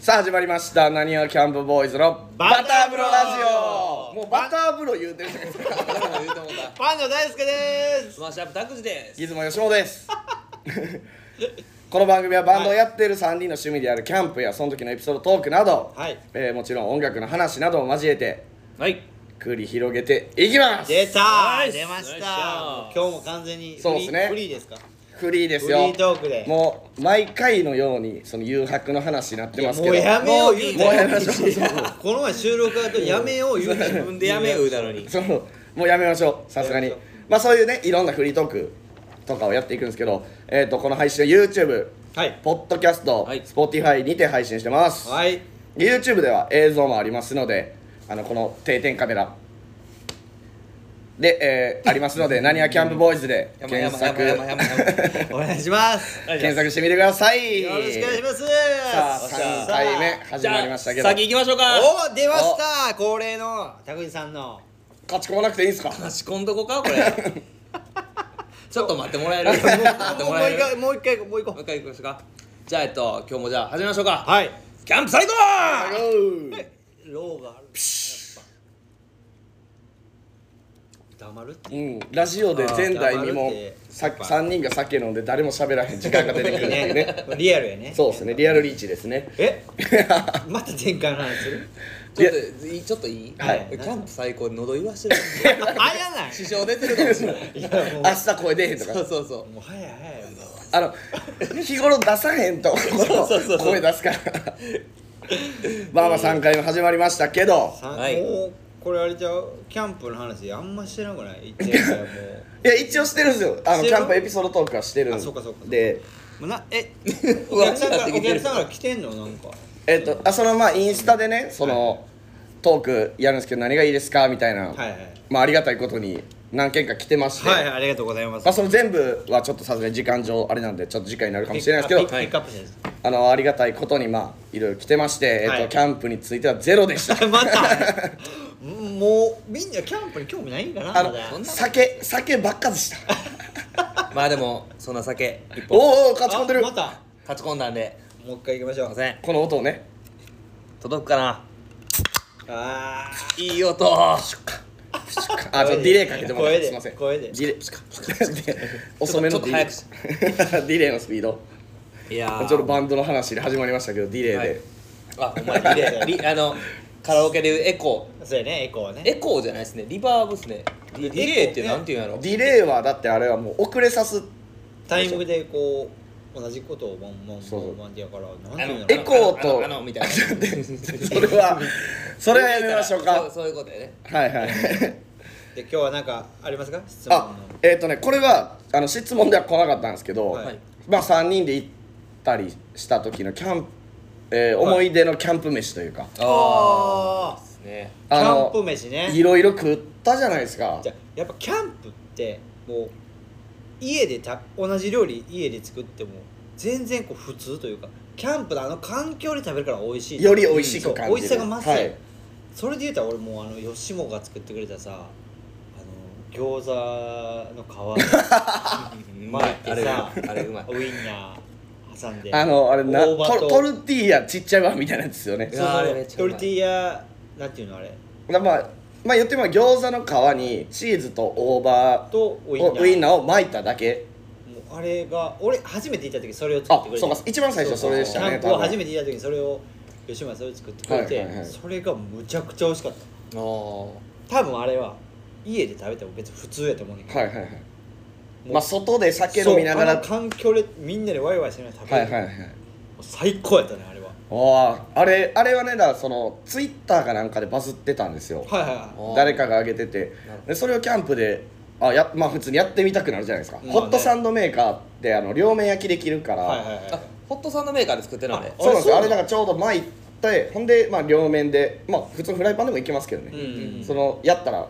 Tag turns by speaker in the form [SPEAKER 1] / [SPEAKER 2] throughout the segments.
[SPEAKER 1] さあ始まりましたなにわキャンプボーイズのバ
[SPEAKER 2] バ
[SPEAKER 1] タ
[SPEAKER 2] タ
[SPEAKER 1] ー
[SPEAKER 2] ー
[SPEAKER 1] 風
[SPEAKER 2] 風
[SPEAKER 1] 呂
[SPEAKER 2] 呂
[SPEAKER 1] ラ
[SPEAKER 2] ラ
[SPEAKER 1] ジ
[SPEAKER 2] ジ
[SPEAKER 1] オ
[SPEAKER 2] オ
[SPEAKER 1] もうバター風呂言うてるじゃないですか
[SPEAKER 3] 言うてもうた
[SPEAKER 2] パンダ大輔です
[SPEAKER 3] スマッシュアップタクジです
[SPEAKER 1] 出雲よしもです この番組はバンドをやっている3人の趣味であるキャンプやその時のエピソードトークなど、
[SPEAKER 2] はい
[SPEAKER 1] えーもちろん音楽の話などを交えて
[SPEAKER 3] はい
[SPEAKER 1] 繰り広げていきます
[SPEAKER 2] 出
[SPEAKER 3] ナ
[SPEAKER 2] た
[SPEAKER 3] イス
[SPEAKER 2] 出まし
[SPEAKER 3] ナイス
[SPEAKER 2] たもう今日も完全にフリー
[SPEAKER 1] そうですね
[SPEAKER 2] フリーですか
[SPEAKER 1] フリーです
[SPEAKER 2] フリ
[SPEAKER 1] よ
[SPEAKER 2] ートークで
[SPEAKER 1] もう毎回のようにその誘惑の話になってますけ
[SPEAKER 2] も
[SPEAKER 1] ど
[SPEAKER 2] うやめよう言う
[SPEAKER 1] もう
[SPEAKER 2] た
[SPEAKER 1] やめ
[SPEAKER 2] よ
[SPEAKER 1] ましょう
[SPEAKER 2] この前収録後やめよう言うた
[SPEAKER 3] 自分でやめよ言うだろうに
[SPEAKER 1] そうもうやめましょうさすがに
[SPEAKER 2] やめま
[SPEAKER 1] まあそういうねいろんなフリートークとかをやっていくんですけど、えー、とこの配信は YouTube
[SPEAKER 2] はい
[SPEAKER 1] ポッドキャスト、
[SPEAKER 3] はい
[SPEAKER 1] Spotify にて配信してます、
[SPEAKER 2] はい
[SPEAKER 1] YouTube では映像もありますのであのこの定点カメラで、えーありますので「なにわキャンプボーイズ」で
[SPEAKER 3] 山
[SPEAKER 1] 検
[SPEAKER 3] 山
[SPEAKER 1] 索
[SPEAKER 3] 山山山山
[SPEAKER 2] お願いします
[SPEAKER 1] 検索してみてください
[SPEAKER 2] よろしくお願いします
[SPEAKER 1] さあ
[SPEAKER 3] さ
[SPEAKER 1] 3
[SPEAKER 3] あ
[SPEAKER 1] 回目始まりましたけど
[SPEAKER 3] じゃあ先行きましょうか
[SPEAKER 2] お出ました恒例の拓司さんの
[SPEAKER 1] 勝ち込まなくていいんすか
[SPEAKER 3] 差し込んどこか これちょっと待ってもらえる
[SPEAKER 2] もう
[SPEAKER 3] 待ってもらえ
[SPEAKER 2] 一
[SPEAKER 3] る
[SPEAKER 2] 回もう一回もう一
[SPEAKER 3] もう
[SPEAKER 2] 個
[SPEAKER 3] 一回行きましょうかじゃあえっと今日もじゃあ始めましょうか、
[SPEAKER 2] はい
[SPEAKER 3] キャンプ最高
[SPEAKER 2] ローがあるやっぱ黙るって
[SPEAKER 1] うん、ラジオで前代にも
[SPEAKER 2] あー黙るって
[SPEAKER 1] さ3人が酒飲んで誰も喋らへん時間が出てくるっていうね
[SPEAKER 2] ねリアルやね
[SPEAKER 1] そうですねリアルリーチですね
[SPEAKER 2] えまた前回の話する
[SPEAKER 1] い
[SPEAKER 3] ちょ
[SPEAKER 1] や
[SPEAKER 3] っといいちょっといい、
[SPEAKER 1] はい
[SPEAKER 3] キャンプ最高喉言わしてる
[SPEAKER 2] あやない
[SPEAKER 3] 支障出てるかもしれない
[SPEAKER 2] いやも
[SPEAKER 1] 明日声出へんと
[SPEAKER 3] そう
[SPEAKER 1] か
[SPEAKER 3] そうそう
[SPEAKER 2] うもう早い早い
[SPEAKER 1] あの日頃出さへんとこの
[SPEAKER 3] そうそうそう
[SPEAKER 1] 声出すからまあまあ3回も始まりましたけど
[SPEAKER 2] さ
[SPEAKER 3] はい
[SPEAKER 2] もうこれあれちゃうキャンプの話あんま知らんくない 一年からも
[SPEAKER 1] いや一応してるんですよあの
[SPEAKER 2] して
[SPEAKER 1] キ
[SPEAKER 2] る
[SPEAKER 1] ャンプエピソードトークはしてるん
[SPEAKER 2] あそうかそうかそうか
[SPEAKER 1] で
[SPEAKER 2] うもうなえお
[SPEAKER 3] 不
[SPEAKER 2] 客
[SPEAKER 3] 安に
[SPEAKER 2] さんか
[SPEAKER 3] なっ
[SPEAKER 2] ら
[SPEAKER 3] て
[SPEAKER 2] お
[SPEAKER 3] きてる
[SPEAKER 2] 客さんから来てんのなんか
[SPEAKER 1] えっとあそのまあインスタでねその、トークやるんですけど何がいいですかみたいな、
[SPEAKER 2] はいはい
[SPEAKER 1] まあありがたいことに何件か来てまして、
[SPEAKER 2] はいはいありがとうございます
[SPEAKER 1] まあ、その全部はちょっとさすがに時間上あれなんでちょっと次回になるかもしれないですけ
[SPEAKER 2] ピ
[SPEAKER 1] ど、
[SPEAKER 2] ックアップしてるんです
[SPEAKER 1] あのありがたいことにまあいろいろ来てまして、えっと
[SPEAKER 2] はい
[SPEAKER 1] キャンプについてはゼロでした
[SPEAKER 2] またもうみんなキャンプに興味ないんかな
[SPEAKER 1] あ
[SPEAKER 2] ま
[SPEAKER 1] の
[SPEAKER 2] だ
[SPEAKER 3] そんな
[SPEAKER 1] 酒酒ばっかでした
[SPEAKER 3] まあでもそんな酒一本
[SPEAKER 1] おーおー勝ち込んでる
[SPEAKER 2] あまた
[SPEAKER 3] 勝ち込んだんで
[SPEAKER 2] もう一回行きましょ
[SPEAKER 3] すいま
[SPEAKER 2] う
[SPEAKER 3] せん
[SPEAKER 1] この音をね
[SPEAKER 3] 届くかな
[SPEAKER 2] あ
[SPEAKER 3] いい音
[SPEAKER 1] あちょっとディレイかけてもらって
[SPEAKER 2] 声です
[SPEAKER 1] いません
[SPEAKER 2] 声で
[SPEAKER 1] ディレイで遅めのディレイ
[SPEAKER 3] ちょ っ
[SPEAKER 1] ディレイのスピード
[SPEAKER 3] いや
[SPEAKER 1] ちょ
[SPEAKER 3] ー
[SPEAKER 1] っとバンドの話で始まりましたけどディレイで、
[SPEAKER 3] はいあお前 リレーリあのカラオケでいうエコ
[SPEAKER 2] あそうやねエコーね
[SPEAKER 3] ーエコーじゃないですねリバーブですねリリレーってなんていうんやろ
[SPEAKER 1] ディレイはだってあれはもう遅れさす
[SPEAKER 2] タイムでこう同じことをワンワン
[SPEAKER 1] そう
[SPEAKER 2] ワンワンってやからなんて
[SPEAKER 3] あ
[SPEAKER 2] い
[SPEAKER 3] の
[SPEAKER 2] うの
[SPEAKER 1] エコーと
[SPEAKER 3] あのあのあのみたいなそ
[SPEAKER 1] それはそれはやめましょう
[SPEAKER 3] う
[SPEAKER 1] か
[SPEAKER 3] そういうことやね
[SPEAKER 1] はいはい
[SPEAKER 2] で今日は何かありますか質問の
[SPEAKER 1] あえっ、とねこれはあの質問では来なかったんですけど、
[SPEAKER 2] はい
[SPEAKER 1] まあ3人で行ったりした時のキャンプ、えー
[SPEAKER 2] はい
[SPEAKER 1] 思い出のキャンプ飯というか
[SPEAKER 2] あ
[SPEAKER 3] ですね
[SPEAKER 2] キ
[SPEAKER 1] あの
[SPEAKER 2] ャンプ飯ね
[SPEAKER 1] いろいろ食ったじゃないですか
[SPEAKER 2] じゃあやっぱキャンプってもう家でた同じ料理家で作っても全然こう普通というかキャンプのあの環境で食べるから美味しい
[SPEAKER 1] より美味しく感じる、
[SPEAKER 2] そう美味しさが増す、
[SPEAKER 1] はい
[SPEAKER 2] それで言うたら俺もうあの吉本が作ってくれたさあの餃子の皮巻い
[SPEAKER 3] あ
[SPEAKER 2] て
[SPEAKER 3] れ
[SPEAKER 2] さ
[SPEAKER 3] あれうまい
[SPEAKER 2] ウインナー挟んで
[SPEAKER 1] あのあれな
[SPEAKER 2] 大葉
[SPEAKER 1] ト
[SPEAKER 2] と
[SPEAKER 1] トルティーヤちっちゃい版みたいなやつですよね
[SPEAKER 3] い
[SPEAKER 2] そう
[SPEAKER 3] やーあれめ
[SPEAKER 2] そ
[SPEAKER 3] っ
[SPEAKER 2] う
[SPEAKER 3] ちゃうまい
[SPEAKER 2] トルティーヤなんていうのあれ
[SPEAKER 1] まあまあ言っても餃子の皮にチーズと大葉
[SPEAKER 2] とウインナ
[SPEAKER 1] を
[SPEAKER 2] ー
[SPEAKER 1] ウインナーを巻いただけ
[SPEAKER 2] もうあれが俺初めて行った時それを作っ
[SPEAKER 1] あ
[SPEAKER 2] てくれて
[SPEAKER 1] そうか一番最初それでした
[SPEAKER 2] キャ
[SPEAKER 1] ね
[SPEAKER 2] ンプを
[SPEAKER 1] 多分
[SPEAKER 2] 初めて行った時それを吉村さんそれを作ってくれて、
[SPEAKER 1] はいはいはい
[SPEAKER 2] それがむちゃくちゃ美味しかっ
[SPEAKER 3] あー
[SPEAKER 2] た多分あれは家で食べても別に普通やと思うねんけど、
[SPEAKER 1] はいはいはい
[SPEAKER 2] もう
[SPEAKER 1] まあ外で酒飲みながら
[SPEAKER 2] そうあの環境でみんなでワイワイしながら食べ
[SPEAKER 1] は
[SPEAKER 2] る、
[SPEAKER 1] いはいはい
[SPEAKER 2] もう最高やったねあれは
[SPEAKER 1] あああれあれはねだからそのツイッターかなんかでバズってたんですよ
[SPEAKER 2] はいはいは
[SPEAKER 3] あー
[SPEAKER 1] 誰かが上げてて
[SPEAKER 3] なるほど
[SPEAKER 1] でそれをキャンプであやまあ普通にやってみたくなるじゃないですか、
[SPEAKER 2] まあね
[SPEAKER 1] ホットサンドメーカーってあの両面焼きできるから、
[SPEAKER 2] いはいはいはい
[SPEAKER 3] あホットサンドメーカーで作ってるのあれ
[SPEAKER 2] あ
[SPEAKER 1] そうなんですよあ
[SPEAKER 2] あ
[SPEAKER 1] れ
[SPEAKER 2] れそうなの
[SPEAKER 1] だからちょうど巻いてほんで、まあ、両面でまあ普通のフライパンでもいけますけどね、
[SPEAKER 2] うんうん
[SPEAKER 1] そのやったら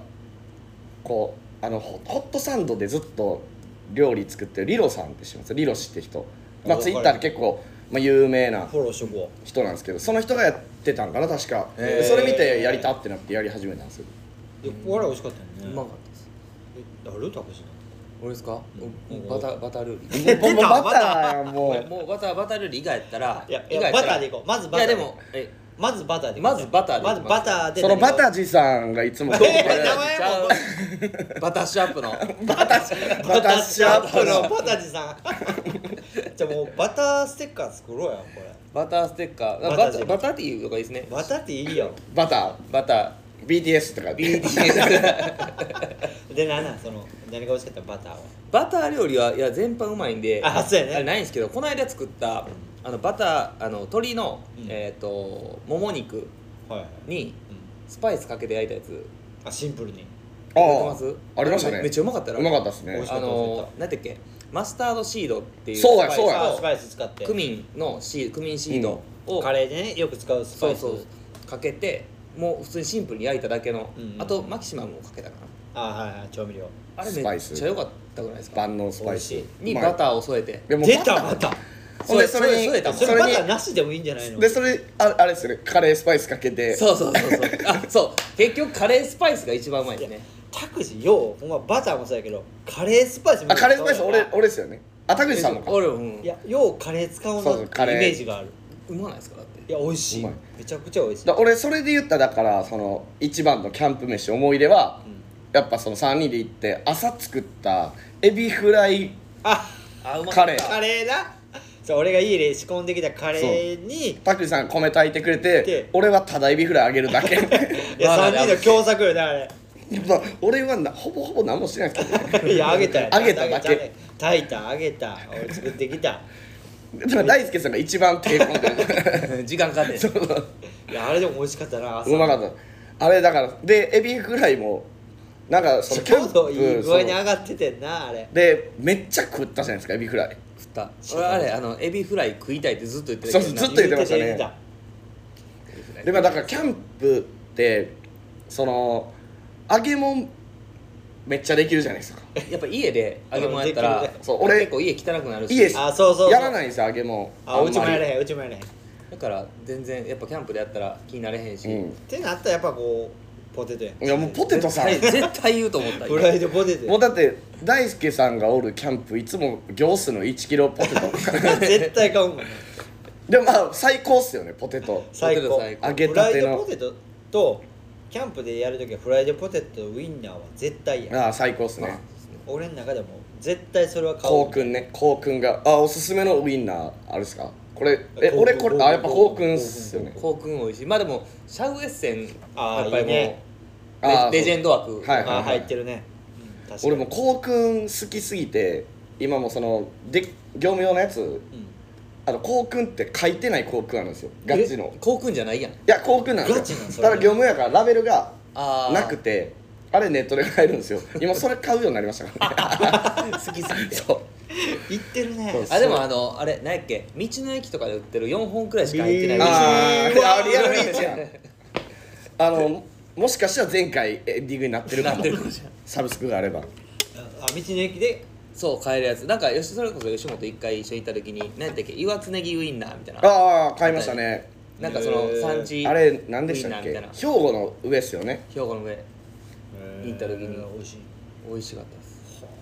[SPEAKER 1] こうあのホホットサンドでずっと料理作ってるリロさんって知ってますリロ氏って人、まあ、
[SPEAKER 2] あ
[SPEAKER 1] ツイッターで結構、まあ、有名な
[SPEAKER 2] フォローしとこ
[SPEAKER 1] 人なんですけどその人がやってたんかな確か、
[SPEAKER 3] へー
[SPEAKER 1] それ見てやりたってなってやり始めたんですよ
[SPEAKER 2] うでこれ美味しかったよね
[SPEAKER 3] うまかったです
[SPEAKER 2] えあるタクシ
[SPEAKER 3] 俺ですか、
[SPEAKER 2] うん
[SPEAKER 3] うんバタバタルーリ
[SPEAKER 1] もうもう
[SPEAKER 2] 出た
[SPEAKER 1] バターやんもう
[SPEAKER 3] もうバタバタルーリ以外やったら
[SPEAKER 2] ーいやい
[SPEAKER 3] 以外
[SPEAKER 2] や
[SPEAKER 3] った
[SPEAKER 2] バ
[SPEAKER 3] ら
[SPEAKER 2] ターでいこうまずバ
[SPEAKER 3] い
[SPEAKER 2] タ
[SPEAKER 3] や
[SPEAKER 2] ー
[SPEAKER 3] でもえ
[SPEAKER 2] まずバターでいこう
[SPEAKER 3] まずバターで
[SPEAKER 2] まずバターで
[SPEAKER 1] そのバタ
[SPEAKER 2] ー
[SPEAKER 1] ーじさんがいつも
[SPEAKER 2] え
[SPEAKER 1] バ
[SPEAKER 2] ー名前
[SPEAKER 3] ちゃうバタッシュアップの
[SPEAKER 2] バタ
[SPEAKER 1] タ
[SPEAKER 2] ー
[SPEAKER 1] ー
[SPEAKER 2] シ
[SPEAKER 1] シャ
[SPEAKER 2] ャー
[SPEAKER 1] ー
[SPEAKER 2] プ
[SPEAKER 1] プ
[SPEAKER 2] の
[SPEAKER 1] の
[SPEAKER 2] バタージさんじゃあもうバターステッカー作ろうやこれ
[SPEAKER 3] バターステッカー
[SPEAKER 2] バタ
[SPEAKER 3] バ
[SPEAKER 2] ー
[SPEAKER 3] タ
[SPEAKER 2] で
[SPEAKER 3] ーバターティーとかいいですね
[SPEAKER 2] バターっていいよ
[SPEAKER 1] バタ
[SPEAKER 3] バタ
[SPEAKER 1] ー BTS とか
[SPEAKER 3] ー BTS
[SPEAKER 2] で何なんその何が美味しかったバターは
[SPEAKER 3] バター料理はいや全般うまいんで
[SPEAKER 2] あそうやね
[SPEAKER 3] れないんですけどこの間作ったあのバターあの鶏の、
[SPEAKER 2] うん
[SPEAKER 3] えっ、ともも肉
[SPEAKER 2] はいはい、
[SPEAKER 3] に
[SPEAKER 2] うん
[SPEAKER 3] スパイスかけて焼いたやつ
[SPEAKER 2] あシンプルに
[SPEAKER 1] あ
[SPEAKER 3] 覚えてます
[SPEAKER 1] あありましたね
[SPEAKER 3] めっちゃうまかったら
[SPEAKER 1] うまかったですね
[SPEAKER 2] 美味しか
[SPEAKER 3] あ
[SPEAKER 2] った美味しか
[SPEAKER 3] の
[SPEAKER 2] っ
[SPEAKER 3] 何だっけマスタードシードっていう
[SPEAKER 1] そうや
[SPEAKER 3] スパイス
[SPEAKER 1] そ
[SPEAKER 3] と
[SPEAKER 1] うや
[SPEAKER 2] あスパイス使って
[SPEAKER 3] クミンのシークミンシードを、
[SPEAKER 2] カレーでねよく使うスパ
[SPEAKER 3] そ
[SPEAKER 2] イ
[SPEAKER 3] う
[SPEAKER 2] ス
[SPEAKER 3] そうかけてもう普通にシンプルに焼いただけの、
[SPEAKER 2] うん
[SPEAKER 3] あとマキシマムをかけたかな
[SPEAKER 2] あはいはい調味料
[SPEAKER 3] あれ
[SPEAKER 1] スパ
[SPEAKER 3] めっ
[SPEAKER 1] イス
[SPEAKER 3] ちゃ良かったぐらいですか
[SPEAKER 1] 万能スパイス
[SPEAKER 2] 美味
[SPEAKER 3] にバタ
[SPEAKER 1] ー
[SPEAKER 3] ーを添えて
[SPEAKER 1] でも
[SPEAKER 2] 出た
[SPEAKER 1] バ
[SPEAKER 2] バ
[SPEAKER 1] タ
[SPEAKER 2] タ
[SPEAKER 1] ー
[SPEAKER 2] ー
[SPEAKER 1] ほんでそれに
[SPEAKER 3] それそれ
[SPEAKER 1] そ
[SPEAKER 2] それバタ
[SPEAKER 1] れ
[SPEAKER 2] ーなしでもいいんじゃないの
[SPEAKER 1] にでそれああれですよねカレースパイスかけて
[SPEAKER 3] そうそうそうそう あそう結局カレースパイスが一番うまいですね
[SPEAKER 2] タクシーようほんまバターもそうやけどカレースパイスも
[SPEAKER 1] あカレースパイス
[SPEAKER 2] そうや
[SPEAKER 1] 俺
[SPEAKER 2] な
[SPEAKER 1] 俺ですよねあ田口さんもか
[SPEAKER 3] 俺うん
[SPEAKER 2] いやようカレー使う
[SPEAKER 1] そ
[SPEAKER 2] な
[SPEAKER 1] うそ
[SPEAKER 2] っていううイ
[SPEAKER 1] カレー
[SPEAKER 2] メージがある
[SPEAKER 3] うまないですかだって
[SPEAKER 2] いや美味しいう
[SPEAKER 1] まい
[SPEAKER 2] めちゃくちゃ美味しい
[SPEAKER 1] だ俺それで言ったらだからその一番のキャンプ飯思い出は
[SPEAKER 2] うん
[SPEAKER 1] やっぱその3人で行って朝作ったエビフライ
[SPEAKER 2] あ
[SPEAKER 3] あうま
[SPEAKER 1] カレー
[SPEAKER 2] カレーなそう俺が家で仕込んできたカレーに
[SPEAKER 1] たくりさん米炊いてくれ
[SPEAKER 2] で
[SPEAKER 1] て俺はただエビフライあげるだ け
[SPEAKER 2] いや
[SPEAKER 3] まあ
[SPEAKER 2] 3人の共作よねあれ
[SPEAKER 1] まあ俺はなほぼほぼ何もしてないですけどね
[SPEAKER 2] いやあげたやん
[SPEAKER 1] あげただけ
[SPEAKER 2] あげた炊いたあげた俺作ってきた
[SPEAKER 1] だから大輔さんが一番手込んで る
[SPEAKER 3] 時間かかって
[SPEAKER 1] その
[SPEAKER 2] いやあれでも美味しかったな朝
[SPEAKER 1] うまかったあれだからでエビフライもなんかそのキ
[SPEAKER 2] ち
[SPEAKER 1] ャ
[SPEAKER 2] ょ
[SPEAKER 1] ン
[SPEAKER 2] う
[SPEAKER 1] プ
[SPEAKER 2] どいい具合に
[SPEAKER 1] そ
[SPEAKER 2] 上
[SPEAKER 1] の
[SPEAKER 2] がっててんなあれ
[SPEAKER 1] でめっちゃ食ったじゃないですかエビフライ
[SPEAKER 3] 食った俺あれあのエビフライ食いたいってずっと言ってたけどな
[SPEAKER 1] そうずっと言ってましたね
[SPEAKER 2] 言た
[SPEAKER 1] でもだからキャンプってその揚げ物めっちゃできるじゃないですか
[SPEAKER 3] やっぱ家で揚げ物やった
[SPEAKER 2] うんで
[SPEAKER 3] ら
[SPEAKER 2] きる
[SPEAKER 1] そう俺
[SPEAKER 3] 結構家汚くなるし
[SPEAKER 1] 家
[SPEAKER 2] あそうそうそう
[SPEAKER 1] やらないんですよ揚げ物
[SPEAKER 2] あうちもやれ
[SPEAKER 1] ん
[SPEAKER 2] へんうちもやれへんっ
[SPEAKER 3] だから全然やっぱキャンプでやったら気になれへんし、
[SPEAKER 1] まり
[SPEAKER 2] てなったらやっぱこうポテトやん
[SPEAKER 1] うんいやもうポテトさん
[SPEAKER 3] 絶対絶対言うと 思った
[SPEAKER 2] フライドポテト
[SPEAKER 1] も
[SPEAKER 2] や
[SPEAKER 1] うだって大輔さんがおるキャンプいつも行数の1キロポテ ト
[SPEAKER 2] ん絶対買うもん
[SPEAKER 1] でもまあ最高っすよねポテト
[SPEAKER 2] 最
[SPEAKER 3] ポテ
[SPEAKER 2] 高
[SPEAKER 3] ト最高
[SPEAKER 1] 揚げたての
[SPEAKER 2] フライドポテトとキャンプでやるときはフライドポテトとウインナーは絶対やん
[SPEAKER 1] ああ最高っす
[SPEAKER 3] まあ
[SPEAKER 1] ね
[SPEAKER 2] 俺の中でも絶対それは買
[SPEAKER 1] こ
[SPEAKER 2] お
[SPEAKER 1] う
[SPEAKER 2] う
[SPEAKER 1] くんねこうくんがあおすすめのウインナーあるっすかこれえ
[SPEAKER 2] こうくん
[SPEAKER 1] 俺こ
[SPEAKER 2] こう
[SPEAKER 1] れ
[SPEAKER 2] くん
[SPEAKER 1] あやっぱこうくんっすよね
[SPEAKER 3] コークン美味しいまあでもシャウエッセン
[SPEAKER 2] あー
[SPEAKER 3] やっぱりもう
[SPEAKER 2] いいね
[SPEAKER 1] あーそう
[SPEAKER 3] レレジェンド枠、
[SPEAKER 1] はい
[SPEAKER 2] あ入ってるね、うん確かに
[SPEAKER 1] 俺もこうくん好きすぎて今もそので業務用のやつ
[SPEAKER 2] うん
[SPEAKER 1] あのこうくんって書いてないこうくんあるんですよガチの
[SPEAKER 3] えコークンじゃないやん
[SPEAKER 1] いやこうくんなんで
[SPEAKER 2] ガチ
[SPEAKER 1] す
[SPEAKER 2] なんそ
[SPEAKER 1] よ
[SPEAKER 2] れ
[SPEAKER 1] ただ業務用やからラベルが
[SPEAKER 3] あー
[SPEAKER 1] なくてあれネットで買えるんですよ今それ買うようになりましたからね
[SPEAKER 3] 好きすぎて
[SPEAKER 1] そう
[SPEAKER 2] 行ってるね
[SPEAKER 1] そう
[SPEAKER 3] あでもあのあれ何やっけ道の駅とかで売ってる4本くらいしか入ってない
[SPEAKER 2] えー
[SPEAKER 1] あ
[SPEAKER 2] うわ
[SPEAKER 1] ーあリアルリーチやんあのもしかしたら前回エンディングになってるか
[SPEAKER 3] な
[SPEAKER 1] も
[SPEAKER 3] ってるかもしれない
[SPEAKER 1] サブスクがあれば
[SPEAKER 2] あ道の駅で
[SPEAKER 3] そう買えるやつなんか吉それこそ吉本一回一緒に行った時に何やったっけ岩つねぎウインナーみたいな
[SPEAKER 1] ああ買いましたね
[SPEAKER 3] なんかその
[SPEAKER 2] へー
[SPEAKER 3] 産地
[SPEAKER 1] あれ何でしたっ
[SPEAKER 3] ウイ
[SPEAKER 1] け
[SPEAKER 3] ンナーみたいな
[SPEAKER 1] 兵庫の上ですよね
[SPEAKER 3] 兵庫の上
[SPEAKER 2] 行
[SPEAKER 3] 行った時に
[SPEAKER 2] 美味しい
[SPEAKER 3] 美味しかったです
[SPEAKER 1] だか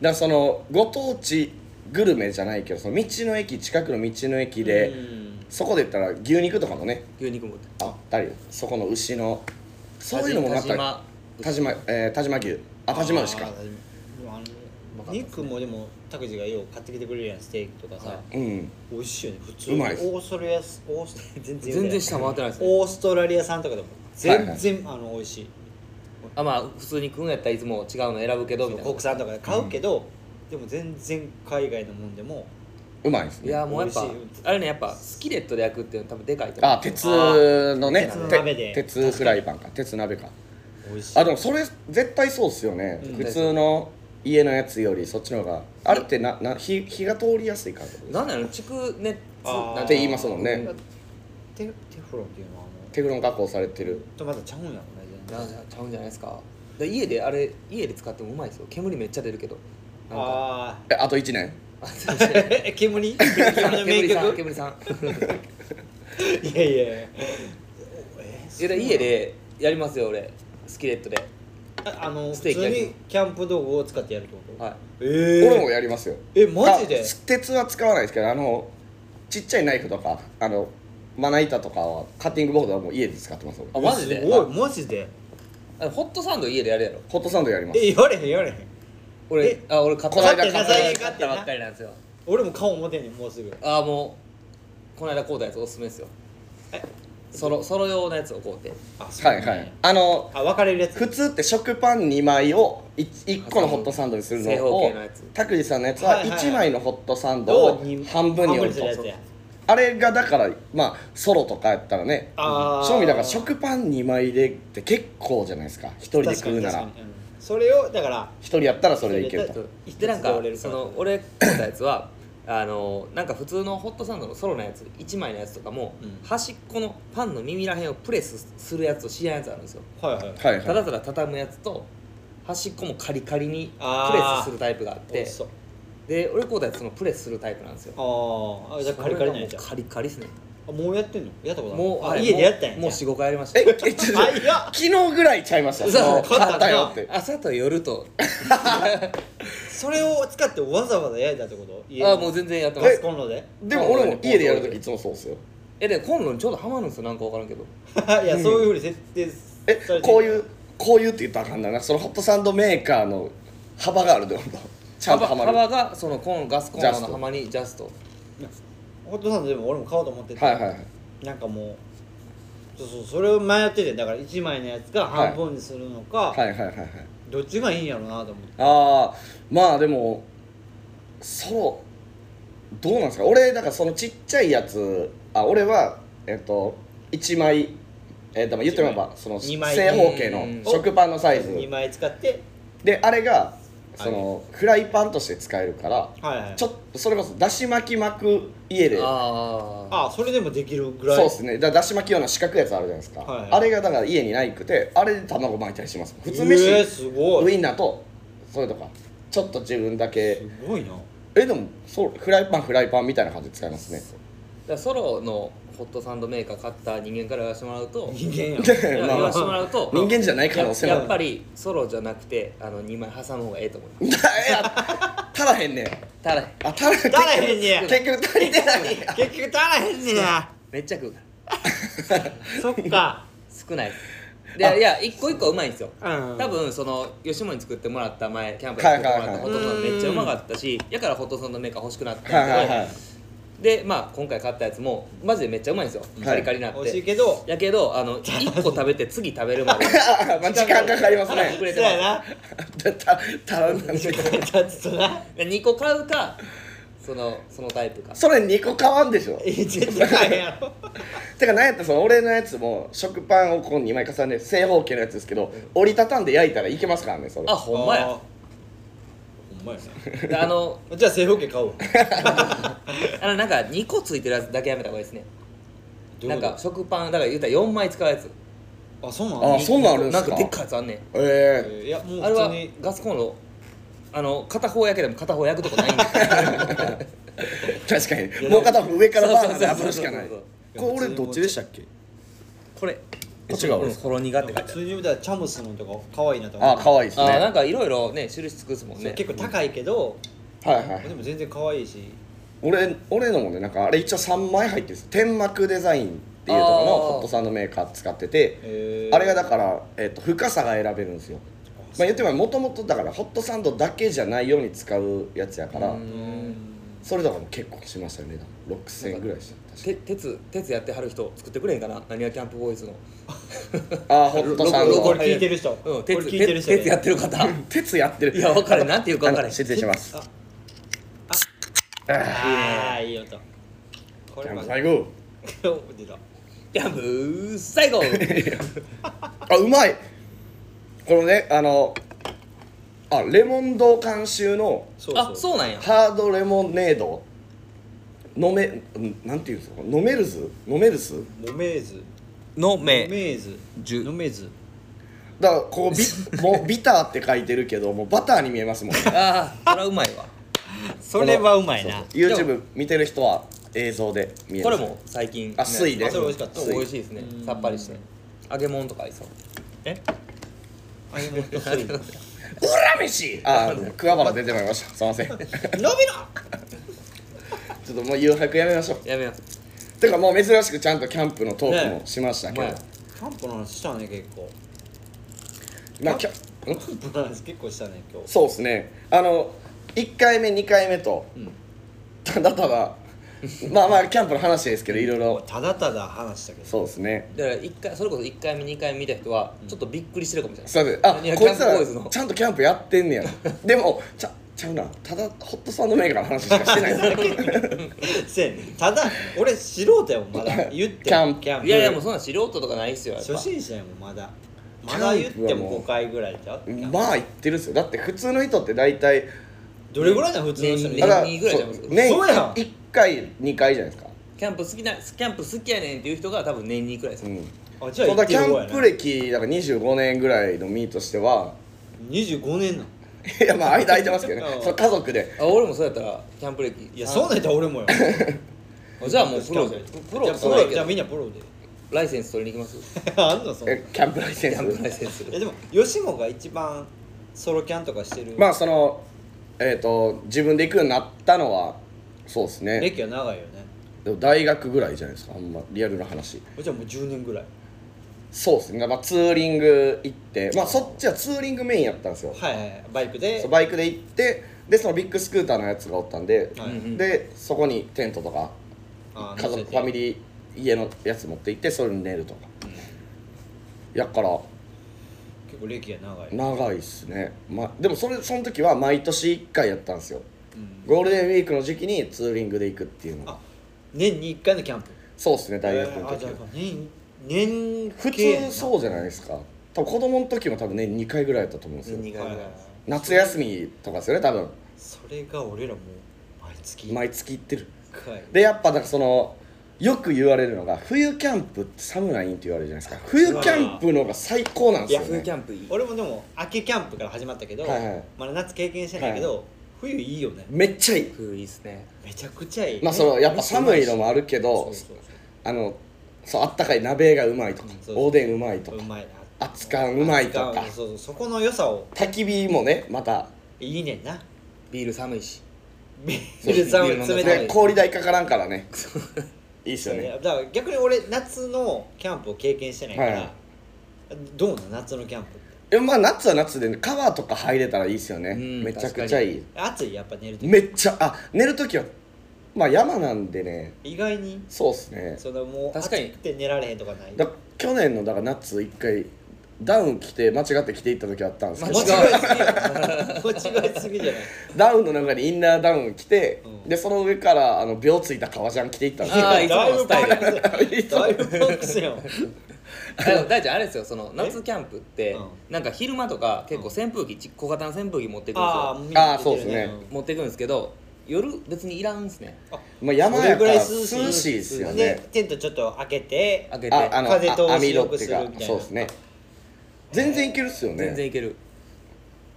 [SPEAKER 1] らそのご当地グルメじゃないけどその道の駅近くの道の駅で、
[SPEAKER 2] うん
[SPEAKER 1] そこで言ったら牛肉とかもね
[SPEAKER 3] 牛肉も売って
[SPEAKER 1] あったりそこの牛のそういうのもまた
[SPEAKER 3] 田
[SPEAKER 1] 田島,、えー、田島牛あ田島牛か
[SPEAKER 2] あーでもあの
[SPEAKER 3] まかったですね
[SPEAKER 2] 肉もでも拓司がよう買ってきてくれるやんステーキとかさ、
[SPEAKER 3] はい
[SPEAKER 1] うん
[SPEAKER 2] 美味しいよね普通
[SPEAKER 1] うまいです
[SPEAKER 2] オーストラリアオース全然言う
[SPEAKER 3] 全
[SPEAKER 2] てない
[SPEAKER 3] 然下回ってないですね
[SPEAKER 2] オーストラリア産とかでも全然、あの美味しい
[SPEAKER 3] あまあ普通に食うんやったらいつも違うの選ぶけどみたいな
[SPEAKER 2] 国産とかで買うけど、でも全然海外のもんでも
[SPEAKER 1] うまいです
[SPEAKER 3] い
[SPEAKER 1] ね
[SPEAKER 3] やもうやっぱ
[SPEAKER 2] 美味しい
[SPEAKER 3] あれねやっぱスキレットで焼くっていうの多分でかいと思
[SPEAKER 1] あ
[SPEAKER 3] う
[SPEAKER 1] 鉄のね
[SPEAKER 2] 鉄の
[SPEAKER 1] て
[SPEAKER 2] 鍋で
[SPEAKER 1] 鉄フライパンか鉄鍋か
[SPEAKER 2] 美味しい
[SPEAKER 1] あでもそれ絶対そうっすよね、
[SPEAKER 2] うん
[SPEAKER 1] 普通の家のやつよりそっちの方があれってなな火火が通りやすいからってこと
[SPEAKER 3] なんなの蓄熱
[SPEAKER 2] あー
[SPEAKER 3] なん
[SPEAKER 1] って言いますもんね
[SPEAKER 2] テテフロンっていうのはもう
[SPEAKER 1] テフロン加工されてる
[SPEAKER 2] とまだちゃうんやろね全然
[SPEAKER 3] なんじゃちゃうんじゃないですかで家であれ家で使ってもうまいですよ煙めっちゃ出るけどなんか
[SPEAKER 2] あ
[SPEAKER 1] えあと1年
[SPEAKER 3] あ
[SPEAKER 2] あ 煙煙の名
[SPEAKER 3] 煙さん
[SPEAKER 2] 曲
[SPEAKER 3] 煙さん
[SPEAKER 2] いやいやいやえ
[SPEAKER 3] いやで家でやりますよ俺スキレットで
[SPEAKER 2] あの
[SPEAKER 3] ス
[SPEAKER 2] 普
[SPEAKER 3] テーキ
[SPEAKER 2] 通
[SPEAKER 3] 焼き
[SPEAKER 2] にキャンプ道具を使ってやるってこと、
[SPEAKER 3] はい
[SPEAKER 2] え
[SPEAKER 1] 俺も
[SPEAKER 2] え
[SPEAKER 1] やりますよ
[SPEAKER 2] えマジで
[SPEAKER 1] あ鉄は使わないですけどあのちっちゃいナイフとかあのまな板とかはカッティングボードはもう家で使ってます
[SPEAKER 3] あ
[SPEAKER 1] 俺
[SPEAKER 3] マジです
[SPEAKER 2] ごいマジで
[SPEAKER 3] あホットサンド家でやるやろ
[SPEAKER 1] ホットサンドやります
[SPEAKER 2] え言われへん言われへん
[SPEAKER 3] 俺
[SPEAKER 2] え
[SPEAKER 3] あ俺買っ
[SPEAKER 1] こ
[SPEAKER 3] た
[SPEAKER 1] の間買った
[SPEAKER 2] 買ってな
[SPEAKER 3] 買ったばっかりなんですよ
[SPEAKER 2] 俺も顔持てんねんもうすぐ
[SPEAKER 3] ああもうこの間買うたやつおすすめですよ
[SPEAKER 2] え
[SPEAKER 3] ソロソロ用のやつを買うて
[SPEAKER 2] あそ
[SPEAKER 1] はい
[SPEAKER 2] うなん
[SPEAKER 1] は
[SPEAKER 2] や
[SPEAKER 1] いあの
[SPEAKER 2] あ分かれるやつ
[SPEAKER 1] 普通って食パン2枚を 1, 個のホットサンドにするの
[SPEAKER 3] 正方
[SPEAKER 1] を
[SPEAKER 3] 形のやつ
[SPEAKER 1] 拓司さんのやつ
[SPEAKER 2] は
[SPEAKER 1] はい
[SPEAKER 2] はいはい
[SPEAKER 1] 1枚のホットサンド
[SPEAKER 2] ど
[SPEAKER 1] を
[SPEAKER 2] うに
[SPEAKER 1] 半分に折る
[SPEAKER 2] す
[SPEAKER 1] と
[SPEAKER 2] るやつや
[SPEAKER 1] あれがだからまあソロとかやったらね
[SPEAKER 2] あー
[SPEAKER 1] 正味だから食パン2枚でって結構じゃないですか1人で食うな
[SPEAKER 2] 確
[SPEAKER 1] ら1
[SPEAKER 2] かに確かにうんそれをだから
[SPEAKER 1] 人やったらそれでいける
[SPEAKER 2] それ
[SPEAKER 1] と
[SPEAKER 2] 一
[SPEAKER 3] でなん
[SPEAKER 2] つで
[SPEAKER 3] か
[SPEAKER 2] 折れる
[SPEAKER 3] そ
[SPEAKER 2] から
[SPEAKER 3] の俺買ったやつはあのなんか普通のホットサンドのソロのやつ1枚のやつとかも、
[SPEAKER 2] うん
[SPEAKER 3] 端っこのパンの耳らへんをプレスするやつとしないやつあるんですよ
[SPEAKER 2] はいはい
[SPEAKER 1] はい
[SPEAKER 3] ただ
[SPEAKER 1] は
[SPEAKER 3] ただ畳むやつと端っこもカリカリにプレ
[SPEAKER 2] あー
[SPEAKER 3] スするタイプがあっ
[SPEAKER 2] 美
[SPEAKER 3] て
[SPEAKER 2] 味しそう
[SPEAKER 3] で俺買うたやつそのプレスするタイプなんですよ
[SPEAKER 2] あーあじゃあカリカリなんや
[SPEAKER 3] そ
[SPEAKER 2] じゃ
[SPEAKER 3] れがもうカリカリですね
[SPEAKER 2] あもうやってんのやったことある
[SPEAKER 3] もう
[SPEAKER 2] あ
[SPEAKER 3] はい
[SPEAKER 2] 家でやったんや
[SPEAKER 3] もう
[SPEAKER 2] じ
[SPEAKER 3] 45
[SPEAKER 2] ゃあ
[SPEAKER 3] 回やりまし
[SPEAKER 1] い
[SPEAKER 3] た
[SPEAKER 1] ええちょっと
[SPEAKER 2] あいや
[SPEAKER 1] 昨日ぐらいちゃいました
[SPEAKER 3] 嘘
[SPEAKER 1] その
[SPEAKER 2] 買ったな
[SPEAKER 1] 買ったよって
[SPEAKER 3] 朝と夜と
[SPEAKER 2] それを使ってわざわざ焼いたってこと家で
[SPEAKER 3] あもう全然やってま
[SPEAKER 2] ガス
[SPEAKER 3] す
[SPEAKER 2] コンロで
[SPEAKER 1] でも俺も家でやるときいつもそうですよ
[SPEAKER 3] えでコンロにちょうどハマるんですよなんか分からんけど
[SPEAKER 2] いやそういうふうに設定
[SPEAKER 1] え
[SPEAKER 2] されてる
[SPEAKER 1] こういうこういうって言ったらあかんななんかそのホットサンドメーカーの幅があるってことちゃんとはまる
[SPEAKER 3] 幅幅がそのコンロガスコンロ
[SPEAKER 1] ジャス
[SPEAKER 3] の
[SPEAKER 1] ト
[SPEAKER 3] 幅にジャスト
[SPEAKER 2] ホットサンドでも俺も買おうと思ってて、
[SPEAKER 1] はいはいはい
[SPEAKER 2] なんかもうそうそうそれを迷っててだから1枚のやつが半分にするのか、
[SPEAKER 1] はいはいはいはい
[SPEAKER 2] どっちがいいんやろうなと思って
[SPEAKER 1] ああまあでもソロどうなんですか俺だからそのちっちゃいやつあ俺はえっと1枚えっとまあ言ってみればその正
[SPEAKER 2] 二枚
[SPEAKER 1] 方形
[SPEAKER 3] うん
[SPEAKER 1] の食パンのサイズ
[SPEAKER 2] 2枚使って
[SPEAKER 1] であれがそのフライパンとして使えるから
[SPEAKER 2] はいはい
[SPEAKER 1] ちょっとそれこそだし巻き巻く家で
[SPEAKER 3] ああ
[SPEAKER 2] あそれでもできるぐらい
[SPEAKER 1] そうですねだからだし巻き用の四角いやつあるじゃないですか、
[SPEAKER 2] はい
[SPEAKER 1] あれがだから家にないくてあれで卵巻いたりします普通
[SPEAKER 2] えー、
[SPEAKER 1] 飯
[SPEAKER 2] すご
[SPEAKER 1] ウ
[SPEAKER 2] い
[SPEAKER 1] インナーとそれとかちょっと自分だ
[SPEAKER 2] す
[SPEAKER 1] け
[SPEAKER 2] ごいな
[SPEAKER 1] えでもそうフライパンフライパンみたいな感じで使いますね
[SPEAKER 3] だからソロのホットサンドメーカー買った人間から言わせてもらうと
[SPEAKER 2] 人間やん
[SPEAKER 3] い
[SPEAKER 1] まあ
[SPEAKER 3] や言
[SPEAKER 1] ま
[SPEAKER 3] わ
[SPEAKER 1] あ
[SPEAKER 3] せてもらうと
[SPEAKER 1] 人間じゃない可
[SPEAKER 3] や
[SPEAKER 1] 能性もあ
[SPEAKER 3] や
[SPEAKER 1] る
[SPEAKER 3] っぱりソロじゃなくてあの2枚挟む方がええと思います
[SPEAKER 1] いや足らへんねん
[SPEAKER 3] ただ
[SPEAKER 1] あ足らへん
[SPEAKER 2] 足らへんねや
[SPEAKER 1] 結局足りてない
[SPEAKER 2] 結局足らへんねや
[SPEAKER 3] めっちゃ食うから
[SPEAKER 2] そっか
[SPEAKER 3] 少ないですでいや一個一個うまいんですよ
[SPEAKER 2] うん
[SPEAKER 3] 多分その吉本に作ってもらった前キャンプで作ってもらったホットサンドめっちゃうまかったしやからホットサンドメーカー欲しくなったん
[SPEAKER 1] はいはい
[SPEAKER 3] ですけ
[SPEAKER 1] はい
[SPEAKER 3] どでまあ今回買ったやつもマジでめっちゃうまいんですよ
[SPEAKER 1] い
[SPEAKER 3] カリカリになっ
[SPEAKER 2] 美味しい
[SPEAKER 3] て
[SPEAKER 2] けど
[SPEAKER 3] やけどあの1個食べて次食べるま で
[SPEAKER 1] あまあ時間かかります
[SPEAKER 3] はい
[SPEAKER 2] そ
[SPEAKER 1] ね
[SPEAKER 2] うやな
[SPEAKER 1] た た足らんなん
[SPEAKER 2] 時
[SPEAKER 1] で
[SPEAKER 2] 間経つとな
[SPEAKER 3] 2個買うかそのそのタイプか
[SPEAKER 1] それ2個買わんでしょ
[SPEAKER 2] え全然買えへんやろ
[SPEAKER 1] てかなんやったらその俺のやつも食パンをこう2枚重ねて正方形のやつですけど折りたたんで焼いたらいけますからねそれ
[SPEAKER 3] あほんま
[SPEAKER 2] あ
[SPEAKER 3] や
[SPEAKER 2] ーほんまや
[SPEAKER 3] であの
[SPEAKER 2] なじゃあ正方形買おうわ
[SPEAKER 3] あのなんか2個ついてるやつだけやめた方がいいですね
[SPEAKER 2] どうい
[SPEAKER 3] な
[SPEAKER 2] うんこと
[SPEAKER 3] か食パンだから言うたら4枚使うやつ
[SPEAKER 2] あそうな
[SPEAKER 1] あ
[SPEAKER 2] の
[SPEAKER 1] そんなんあるんすか
[SPEAKER 3] なんかでっかいやつあんねん
[SPEAKER 2] え
[SPEAKER 1] え
[SPEAKER 2] ーいやもう
[SPEAKER 3] あれ
[SPEAKER 2] 普
[SPEAKER 3] は
[SPEAKER 2] 通に
[SPEAKER 3] ガスコンロあの片方焼けても片方焼くと こないんで
[SPEAKER 1] え確かにもう片方上からバーナーで炙るしかない
[SPEAKER 2] そうそ
[SPEAKER 3] そうそう
[SPEAKER 2] う
[SPEAKER 1] これ俺どっちでしたっけ
[SPEAKER 3] これ
[SPEAKER 1] こっちが俺
[SPEAKER 3] うんほろ苦って書い
[SPEAKER 2] 普
[SPEAKER 3] てあ
[SPEAKER 2] 通
[SPEAKER 3] る
[SPEAKER 2] に言うたらチャムスのとか可愛いなと思
[SPEAKER 1] あ
[SPEAKER 2] う
[SPEAKER 1] 可愛いですね
[SPEAKER 3] あーな
[SPEAKER 1] は
[SPEAKER 3] んかいろいろね種類つくっすもん
[SPEAKER 2] そう
[SPEAKER 3] ね
[SPEAKER 2] 結構高いけど
[SPEAKER 1] いはい
[SPEAKER 2] でも全然可愛いし
[SPEAKER 1] 俺俺のもねなんかあれ一応3枚入ってるんです天幕デザインっていうところの
[SPEAKER 3] あー
[SPEAKER 1] ホットサンドメーカー使ってて
[SPEAKER 2] えー
[SPEAKER 1] あれがだから、えっと深さが選べるんですよまあ言ってももともとだからホットサンドだけじゃないように使うやつやから
[SPEAKER 3] うん
[SPEAKER 1] それとかも結構しましたよね6000円ぐらいした確か
[SPEAKER 3] て鉄鉄やってはる人作ってくれへんかな何はキャンプボー イズの
[SPEAKER 1] あーホットサン
[SPEAKER 3] ロゴ
[SPEAKER 2] こ
[SPEAKER 1] ド
[SPEAKER 2] れ聞いてる人
[SPEAKER 3] うん
[SPEAKER 2] これ
[SPEAKER 3] 鉄
[SPEAKER 2] 聞いてる
[SPEAKER 3] 鉄
[SPEAKER 2] 人ね
[SPEAKER 3] 鉄やって る方
[SPEAKER 1] 鉄やってる
[SPEAKER 3] いや分からんなんていうか分から
[SPEAKER 1] あ
[SPEAKER 3] ん
[SPEAKER 1] の失礼します
[SPEAKER 2] あ
[SPEAKER 1] あ
[SPEAKER 2] あーいい音こ
[SPEAKER 1] ーじゃあ
[SPEAKER 2] れま
[SPEAKER 1] 最後
[SPEAKER 2] 出た
[SPEAKER 3] キャンプ最後
[SPEAKER 1] あうまいこのねあのあレモンド監修の
[SPEAKER 2] そう
[SPEAKER 3] あ
[SPEAKER 2] そう
[SPEAKER 3] そうなんや
[SPEAKER 1] ハードレモネード飲めんなんていうんですか飲めるず飲めるず
[SPEAKER 2] モメーズ
[SPEAKER 3] の
[SPEAKER 2] モメーズ
[SPEAKER 3] じゅ
[SPEAKER 2] ノメーズ
[SPEAKER 1] だからこうビもうビターって書いてるけどもうバターに見えますもん
[SPEAKER 3] ああそれはうまいわ
[SPEAKER 2] それはうまい
[SPEAKER 1] そ
[SPEAKER 2] な
[SPEAKER 1] うそう YouTube 見てる人は映像で見え
[SPEAKER 3] こ
[SPEAKER 1] ま
[SPEAKER 3] れ
[SPEAKER 1] す
[SPEAKER 3] も最近
[SPEAKER 1] あ水で
[SPEAKER 2] あそれ美味しかった
[SPEAKER 1] 水
[SPEAKER 3] 美味しいですね
[SPEAKER 2] うん
[SPEAKER 3] さっぱりして揚げ物とか合いそう
[SPEAKER 2] えあれも細いの
[SPEAKER 1] 裏飯あー桑原出てまいりましたすいませんち
[SPEAKER 2] 伸びろ
[SPEAKER 1] ょっともう誘白やめましょう
[SPEAKER 3] やめよう
[SPEAKER 1] てかもう珍しくちゃんとキャンプのトークもしましたけど、
[SPEAKER 3] ね
[SPEAKER 2] キャンプの話したね結構
[SPEAKER 1] まあキャ
[SPEAKER 2] キャンプの話結構したね今日
[SPEAKER 1] そうですねあの1回目2回目と
[SPEAKER 2] うん
[SPEAKER 1] ただた だまあまあキャンプの話ですけどいろいろ
[SPEAKER 2] ただただ話したけど
[SPEAKER 1] そうですね
[SPEAKER 3] だから一回それこそ1回目2回目見た人はちょっとびっくりしてるかもしれない
[SPEAKER 1] すいませんあ
[SPEAKER 3] いや
[SPEAKER 1] こいつ
[SPEAKER 3] キャンプ
[SPEAKER 1] ら
[SPEAKER 3] ボーイズの
[SPEAKER 1] ちゃんとキャンプやってん ねやでもちゃちゃうなただホットサンドメーカーの話しかしてない ですね
[SPEAKER 2] せやねんただ俺素人やもんまだ言って
[SPEAKER 1] キャンプ
[SPEAKER 2] キャンプ
[SPEAKER 3] いやいやもうそんな素人とかないっすよやっぱ
[SPEAKER 2] 初心者やもんまだまだ言っても5回ぐらいちゃう
[SPEAKER 1] まあ言ってるっすよだって普通の人って大体
[SPEAKER 2] どれぐらいな普通の人
[SPEAKER 3] 年
[SPEAKER 2] に
[SPEAKER 1] ただ
[SPEAKER 3] 年にぐらいじゃないですか
[SPEAKER 1] そう年
[SPEAKER 2] そうやん
[SPEAKER 1] 1回2回じゃないですか
[SPEAKER 3] キャンプ好きなキャンプ好きやねんっていう人が多分年にいくらいです
[SPEAKER 1] う
[SPEAKER 3] よ、
[SPEAKER 1] ん
[SPEAKER 2] あじゃあ
[SPEAKER 1] そう
[SPEAKER 2] 言っ
[SPEAKER 1] だ
[SPEAKER 2] て
[SPEAKER 1] キ
[SPEAKER 2] る方
[SPEAKER 1] ャ
[SPEAKER 2] や
[SPEAKER 1] ン
[SPEAKER 2] な
[SPEAKER 1] プ歴だから25年ぐらいの身としては
[SPEAKER 2] 25年なん
[SPEAKER 1] いやまあ間空いてますけど
[SPEAKER 2] う
[SPEAKER 1] ね
[SPEAKER 2] ん
[SPEAKER 1] その家族で
[SPEAKER 3] あ俺もそうやったらキャンプ歴
[SPEAKER 2] いやそうなんやったら俺 もよ
[SPEAKER 3] あじゃあもうプロじゃんプロ
[SPEAKER 2] じゃあ
[SPEAKER 3] そうやけど
[SPEAKER 2] じゃあみんなプロで
[SPEAKER 3] ライセンス取りに行きます
[SPEAKER 2] あんのそんな
[SPEAKER 1] えキャンプライセ
[SPEAKER 3] キャン
[SPEAKER 1] ン
[SPEAKER 3] プライ
[SPEAKER 1] ス
[SPEAKER 3] セン ス
[SPEAKER 2] えでも吉本が一番ソロキャンとかしてる
[SPEAKER 1] まあそのえっ、と自分で行くようになったのはそうですね
[SPEAKER 2] 歴は長いよね
[SPEAKER 1] でも大学ぐらいじゃないですかあんまリアルな話
[SPEAKER 2] じゃあもう10年ぐらい
[SPEAKER 1] そうですね、まあ、ツーリング行ってまあそっちはツーリングメインやったんですよ、
[SPEAKER 2] はいはいはいバイクで
[SPEAKER 1] そうバイクで行ってでそのビッグスクーターのやつがおったんで、
[SPEAKER 2] はい
[SPEAKER 3] うん
[SPEAKER 1] でそこにテントとか
[SPEAKER 2] あ
[SPEAKER 1] 家族ファミ
[SPEAKER 2] リー
[SPEAKER 1] リー家のやつ持って行ってそれに寝るとか、やっから
[SPEAKER 2] 結構歴が長い
[SPEAKER 1] 長いっすね、まあ、でもそれその時は毎年1回やったんですよ
[SPEAKER 2] うん
[SPEAKER 1] ゴールデンウィークの時期にツーリングで行くっていうのが
[SPEAKER 2] あ年に1回のキャンプ
[SPEAKER 1] そうですね大学の
[SPEAKER 2] えーあ
[SPEAKER 1] 時
[SPEAKER 2] じゃ
[SPEAKER 1] は
[SPEAKER 2] あ年年
[SPEAKER 1] 普通そうじゃないですか多分子供の時も多分ね2回ぐらいやったと思うんですよ
[SPEAKER 3] 苦
[SPEAKER 2] う
[SPEAKER 3] い
[SPEAKER 2] はいはい
[SPEAKER 1] 夏休みとかですよね多分
[SPEAKER 2] それが俺らもう毎月
[SPEAKER 1] 毎月行ってる
[SPEAKER 2] 1回
[SPEAKER 1] でやっぱなんかそのよく言われるのが冬キャンプって寒ないんって言われるじゃないですか冬キャンプの方が最高なんですよ、ね、
[SPEAKER 3] 冬キャンプいい
[SPEAKER 2] 俺もでも秋キャンプから始まったけど、
[SPEAKER 1] はいはい
[SPEAKER 2] まだ夏経験してないけど、冬いいよね
[SPEAKER 1] めっちゃいい
[SPEAKER 3] 冬いいっすね
[SPEAKER 2] めちゃくちゃいい
[SPEAKER 1] まあそのやっぱ寒いのもあるけ
[SPEAKER 2] そ
[SPEAKER 1] ど
[SPEAKER 2] うそう
[SPEAKER 1] あのそうあったかい鍋がうまいとか
[SPEAKER 2] うんそうそう
[SPEAKER 1] おでんうまいと
[SPEAKER 2] そうう
[SPEAKER 1] か
[SPEAKER 2] まいな
[SPEAKER 1] 熱燗うまいとか
[SPEAKER 2] 熱燗そうそうそこの良さを
[SPEAKER 1] 焚き火もねまた
[SPEAKER 2] いいねんな
[SPEAKER 3] ビール寒いし
[SPEAKER 2] ビ
[SPEAKER 3] そう
[SPEAKER 2] ール寒い
[SPEAKER 3] ビール飲んだ
[SPEAKER 2] 冷
[SPEAKER 3] ら
[SPEAKER 2] た
[SPEAKER 1] で
[SPEAKER 2] い
[SPEAKER 1] 氷代かからんからねいいっすよね
[SPEAKER 2] だから逆に俺夏のキャンプを経験してないから、
[SPEAKER 1] はい
[SPEAKER 2] どうなの夏のキャンプって
[SPEAKER 1] えまあ夏は夏で、ね、川とか入れたらいいっすよね
[SPEAKER 3] うん
[SPEAKER 1] めちゃくちゃいい
[SPEAKER 2] 暑いやっぱ寝ると
[SPEAKER 1] めっちゃあ寝る時はまあ山なんでね
[SPEAKER 2] 意外に
[SPEAKER 1] そうっすね
[SPEAKER 2] そのもう
[SPEAKER 3] 確かに
[SPEAKER 2] 暑くて寝られへんとかない
[SPEAKER 1] だ去年のだから夏一回ダウン着て間違って着ていった時あったんですけど
[SPEAKER 2] 間違いすぎ間違いすぎじゃない
[SPEAKER 1] ダウンの中にインナーダウン着て、
[SPEAKER 2] うん
[SPEAKER 1] でその上からあの秒ついた革ジャン着ていったんですよ
[SPEAKER 3] あーいつものスタイル
[SPEAKER 2] ルだいぶパンクスやん
[SPEAKER 3] あの大ちゃんあれですよその夏キャンプって
[SPEAKER 2] うん
[SPEAKER 3] なんか昼間とか結構扇風機ち小型の扇風機持ってくんです
[SPEAKER 2] あ
[SPEAKER 3] よ
[SPEAKER 2] ー
[SPEAKER 1] あーそうですね
[SPEAKER 3] 持ってくんですけど夜別にいらんっすね
[SPEAKER 1] まあ、山
[SPEAKER 2] それ
[SPEAKER 1] や
[SPEAKER 2] ぐ
[SPEAKER 1] からら
[SPEAKER 2] い
[SPEAKER 1] 涼
[SPEAKER 2] 涼し
[SPEAKER 1] し
[SPEAKER 2] い
[SPEAKER 1] いですよ
[SPEAKER 2] で
[SPEAKER 1] ね
[SPEAKER 2] テントちょっと開けて
[SPEAKER 3] 開けて
[SPEAKER 1] ああの
[SPEAKER 2] 風通し
[SPEAKER 1] あ網戸っていう
[SPEAKER 2] 良くするみたい
[SPEAKER 1] か
[SPEAKER 2] な
[SPEAKER 1] そうですね全然いけるっすよね
[SPEAKER 3] 全然いける